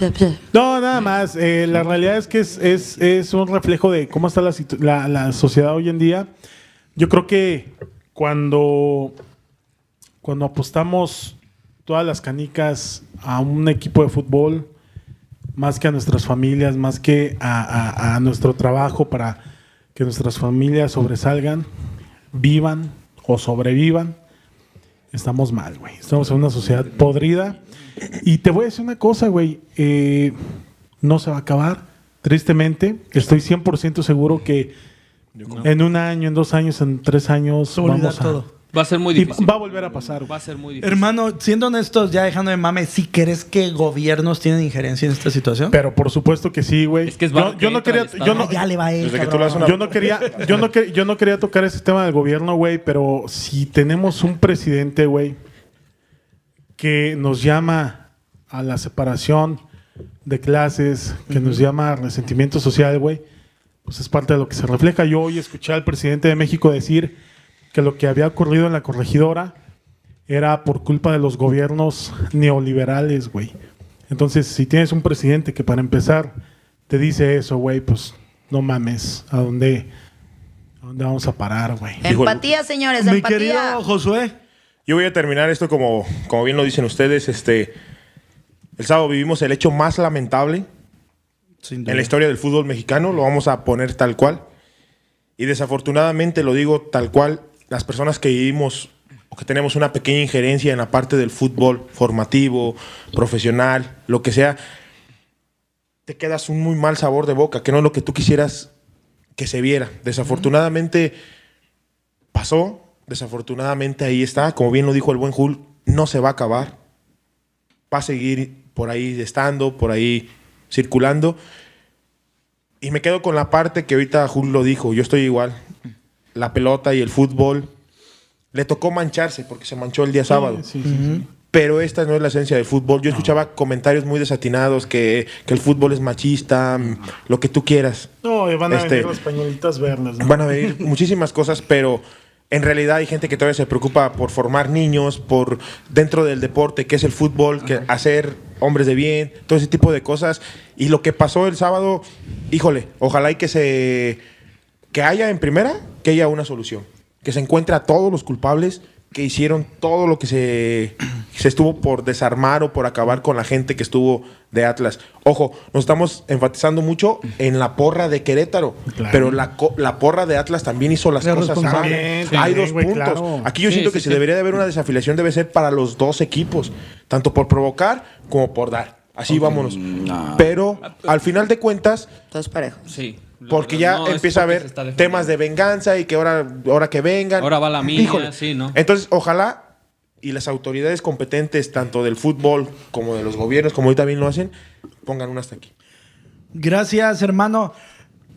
No, nada más. Eh, la realidad es que es, es, es un reflejo de cómo está la, situ- la, la sociedad hoy en día. Yo creo que cuando, cuando apostamos todas las canicas a un equipo de fútbol, más que a nuestras familias, más que a, a- a nuestro trabajo para que nuestras familias sobresalgan, vivan o sobrevivan. Estamos mal, güey. Estamos en una sociedad podrida. Y te voy a decir una cosa, güey. eh, no se va a acabar, tristemente. Estoy 100% seguro que en un año, en dos años, en tres años, Se va a olvidar vamos a... todo. Va a ser muy y difícil. va a volver a pasar, güey. Va a ser muy difícil. Hermano, siendo honestos, ya dejando de mame, si crees que gobiernos tienen injerencia en esta situación? Pero por supuesto que sí, güey. Es que es yo, barro yo no que quería, entra al yo Ah, no, ya le va a ir. Desde que tú le das una- yo no quería, yo no quer- yo no quería tocar ese tema del gobierno, güey, pero si tenemos un presidente, güey, que nos llama a la separación de clases, que nos llama a resentimiento social, güey, pues es parte de lo que se refleja. Yo hoy escuché al presidente de México decir que lo que había ocurrido en la corregidora era por culpa de los gobiernos neoliberales, güey. Entonces, si tienes un presidente que para empezar te dice eso, güey, pues no mames, ¿a dónde, a dónde vamos a parar, güey? Empatía, señores, Mi empatía. querido Josué, Yo voy a terminar esto como, como bien lo dicen ustedes. Este, el sábado vivimos el hecho más lamentable sin en la historia del fútbol mexicano. Lo vamos a poner tal cual. Y desafortunadamente lo digo tal cual. Las personas que vivimos o que tenemos una pequeña injerencia en la parte del fútbol formativo, profesional, lo que sea, te quedas un muy mal sabor de boca, que no es lo que tú quisieras que se viera. Desafortunadamente pasó, desafortunadamente ahí está, como bien lo dijo el buen Jul, no se va a acabar. Va a seguir por ahí estando, por ahí circulando. Y me quedo con la parte que ahorita Jul lo dijo, yo estoy igual. La pelota y el fútbol le tocó mancharse porque se manchó el día sábado. Sí, sí, sí. Pero esta no es la esencia del fútbol. Yo escuchaba comentarios muy desatinados que, que el fútbol es machista, mm, lo que tú quieras. No, y van a Este- venir las pañuelitas verdes. ¿no? Van a venir muchísimas cosas, pero en realidad hay gente que todavía se preocupa por formar niños, por dentro del deporte, que es el fútbol, que hacer hombres de bien, todo ese tipo de cosas. Y lo que pasó el sábado, híjole, ojalá y que se que haya en primera, que haya una solución, que se encuentre a todos los culpables que hicieron todo lo que se, se estuvo por desarmar o por acabar con la gente que estuvo de Atlas. Ojo, nos estamos enfatizando mucho en la porra de Querétaro, Claro. pero la, co- la porra de Atlas también hizo las Es cosas mal. responsable. Sí, Hay dos güey, puntos. claro. Aquí yo Sí, siento que sí, si sí. debería de haber una desafiliación, debe ser para los dos equipos, tanto por provocar como por dar. Así vámonos. Pero al final de cuentas, Todos parejos. Sí. porque La ya verdad, no, es empieza a porque haber se está defendiendo. temas de venganza y que ahora, ahora que vengan. Ahora va la mía, Híjole. sí, ¿no? Entonces, ojalá y las autoridades competentes, tanto del fútbol como de los gobiernos, como ahorita bien lo hacen, pongan una hasta aquí. Gracias, hermano.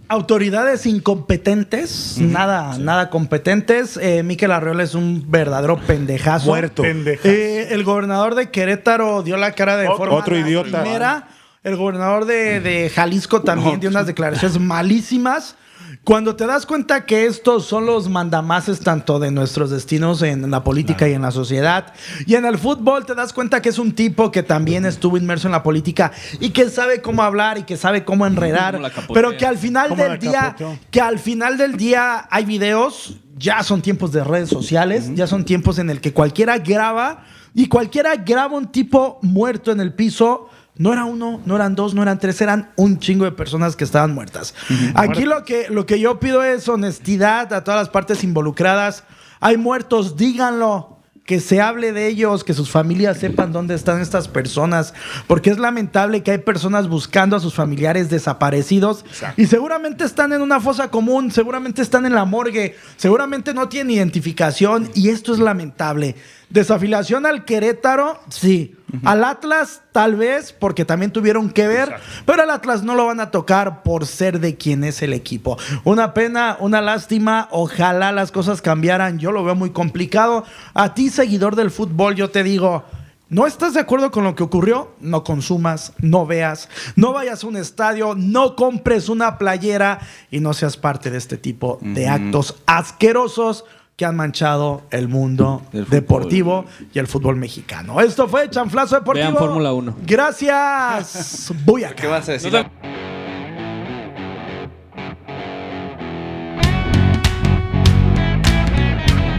Autoridades incompetentes, nada, nada competentes. Eh, Miquel Arreola es un verdadero pendejazo. Muerto. Pendejas. Eh, el gobernador de Querétaro dio la cara de Ot- forma otro idiota. lastimera. El gobernador de, de Jalisco también dio unas declaraciones malísimas. Cuando te das cuenta que estos son los mandamases tanto de nuestros destinos en la política y en la sociedad y en el fútbol, te das cuenta que es un tipo que también estuvo inmerso en la política y que sabe cómo hablar y que sabe cómo enredar, Cómo la capotea. pero que al final Cómo la del día capoteó. que al final del día hay videos, ya son tiempos de redes sociales, ya son tiempos en el que cualquiera graba y cualquiera graba un tipo muerto en el piso. No era uno, no eran dos, no eran tres, eran un chingo de personas que estaban muertas. Aquí lo que, lo que yo pido es honestidad a todas las partes involucradas. Hay muertos, díganlo que se hable de ellos, que sus familias sepan dónde están estas personas, porque es lamentable que hay personas buscando a sus familiares desaparecidos y seguramente están en una fosa común, seguramente están en la morgue, seguramente no tienen identificación y esto es lamentable. Desafiliación al Querétaro, sí. Al Atlas, tal vez, porque también tuvieron que ver, pero al Atlas no lo van a tocar por ser de quien es el equipo. Una pena, una lástima, ojalá las cosas cambiaran, yo lo veo muy complicado. A ti, seguidor del fútbol, yo te digo, ¿no estás de acuerdo con lo que ocurrió? No consumas, no veas, no vayas a un estadio, no compres una playera y no seas parte de este tipo de actos asquerosos que han manchado el mundo Del fútbol. deportivo y el fútbol mexicano. Esto fue Chanflazo Deportivo. Vean Fórmula Uno. Gracias. Voy acá. ¿Qué vas a decir? No te-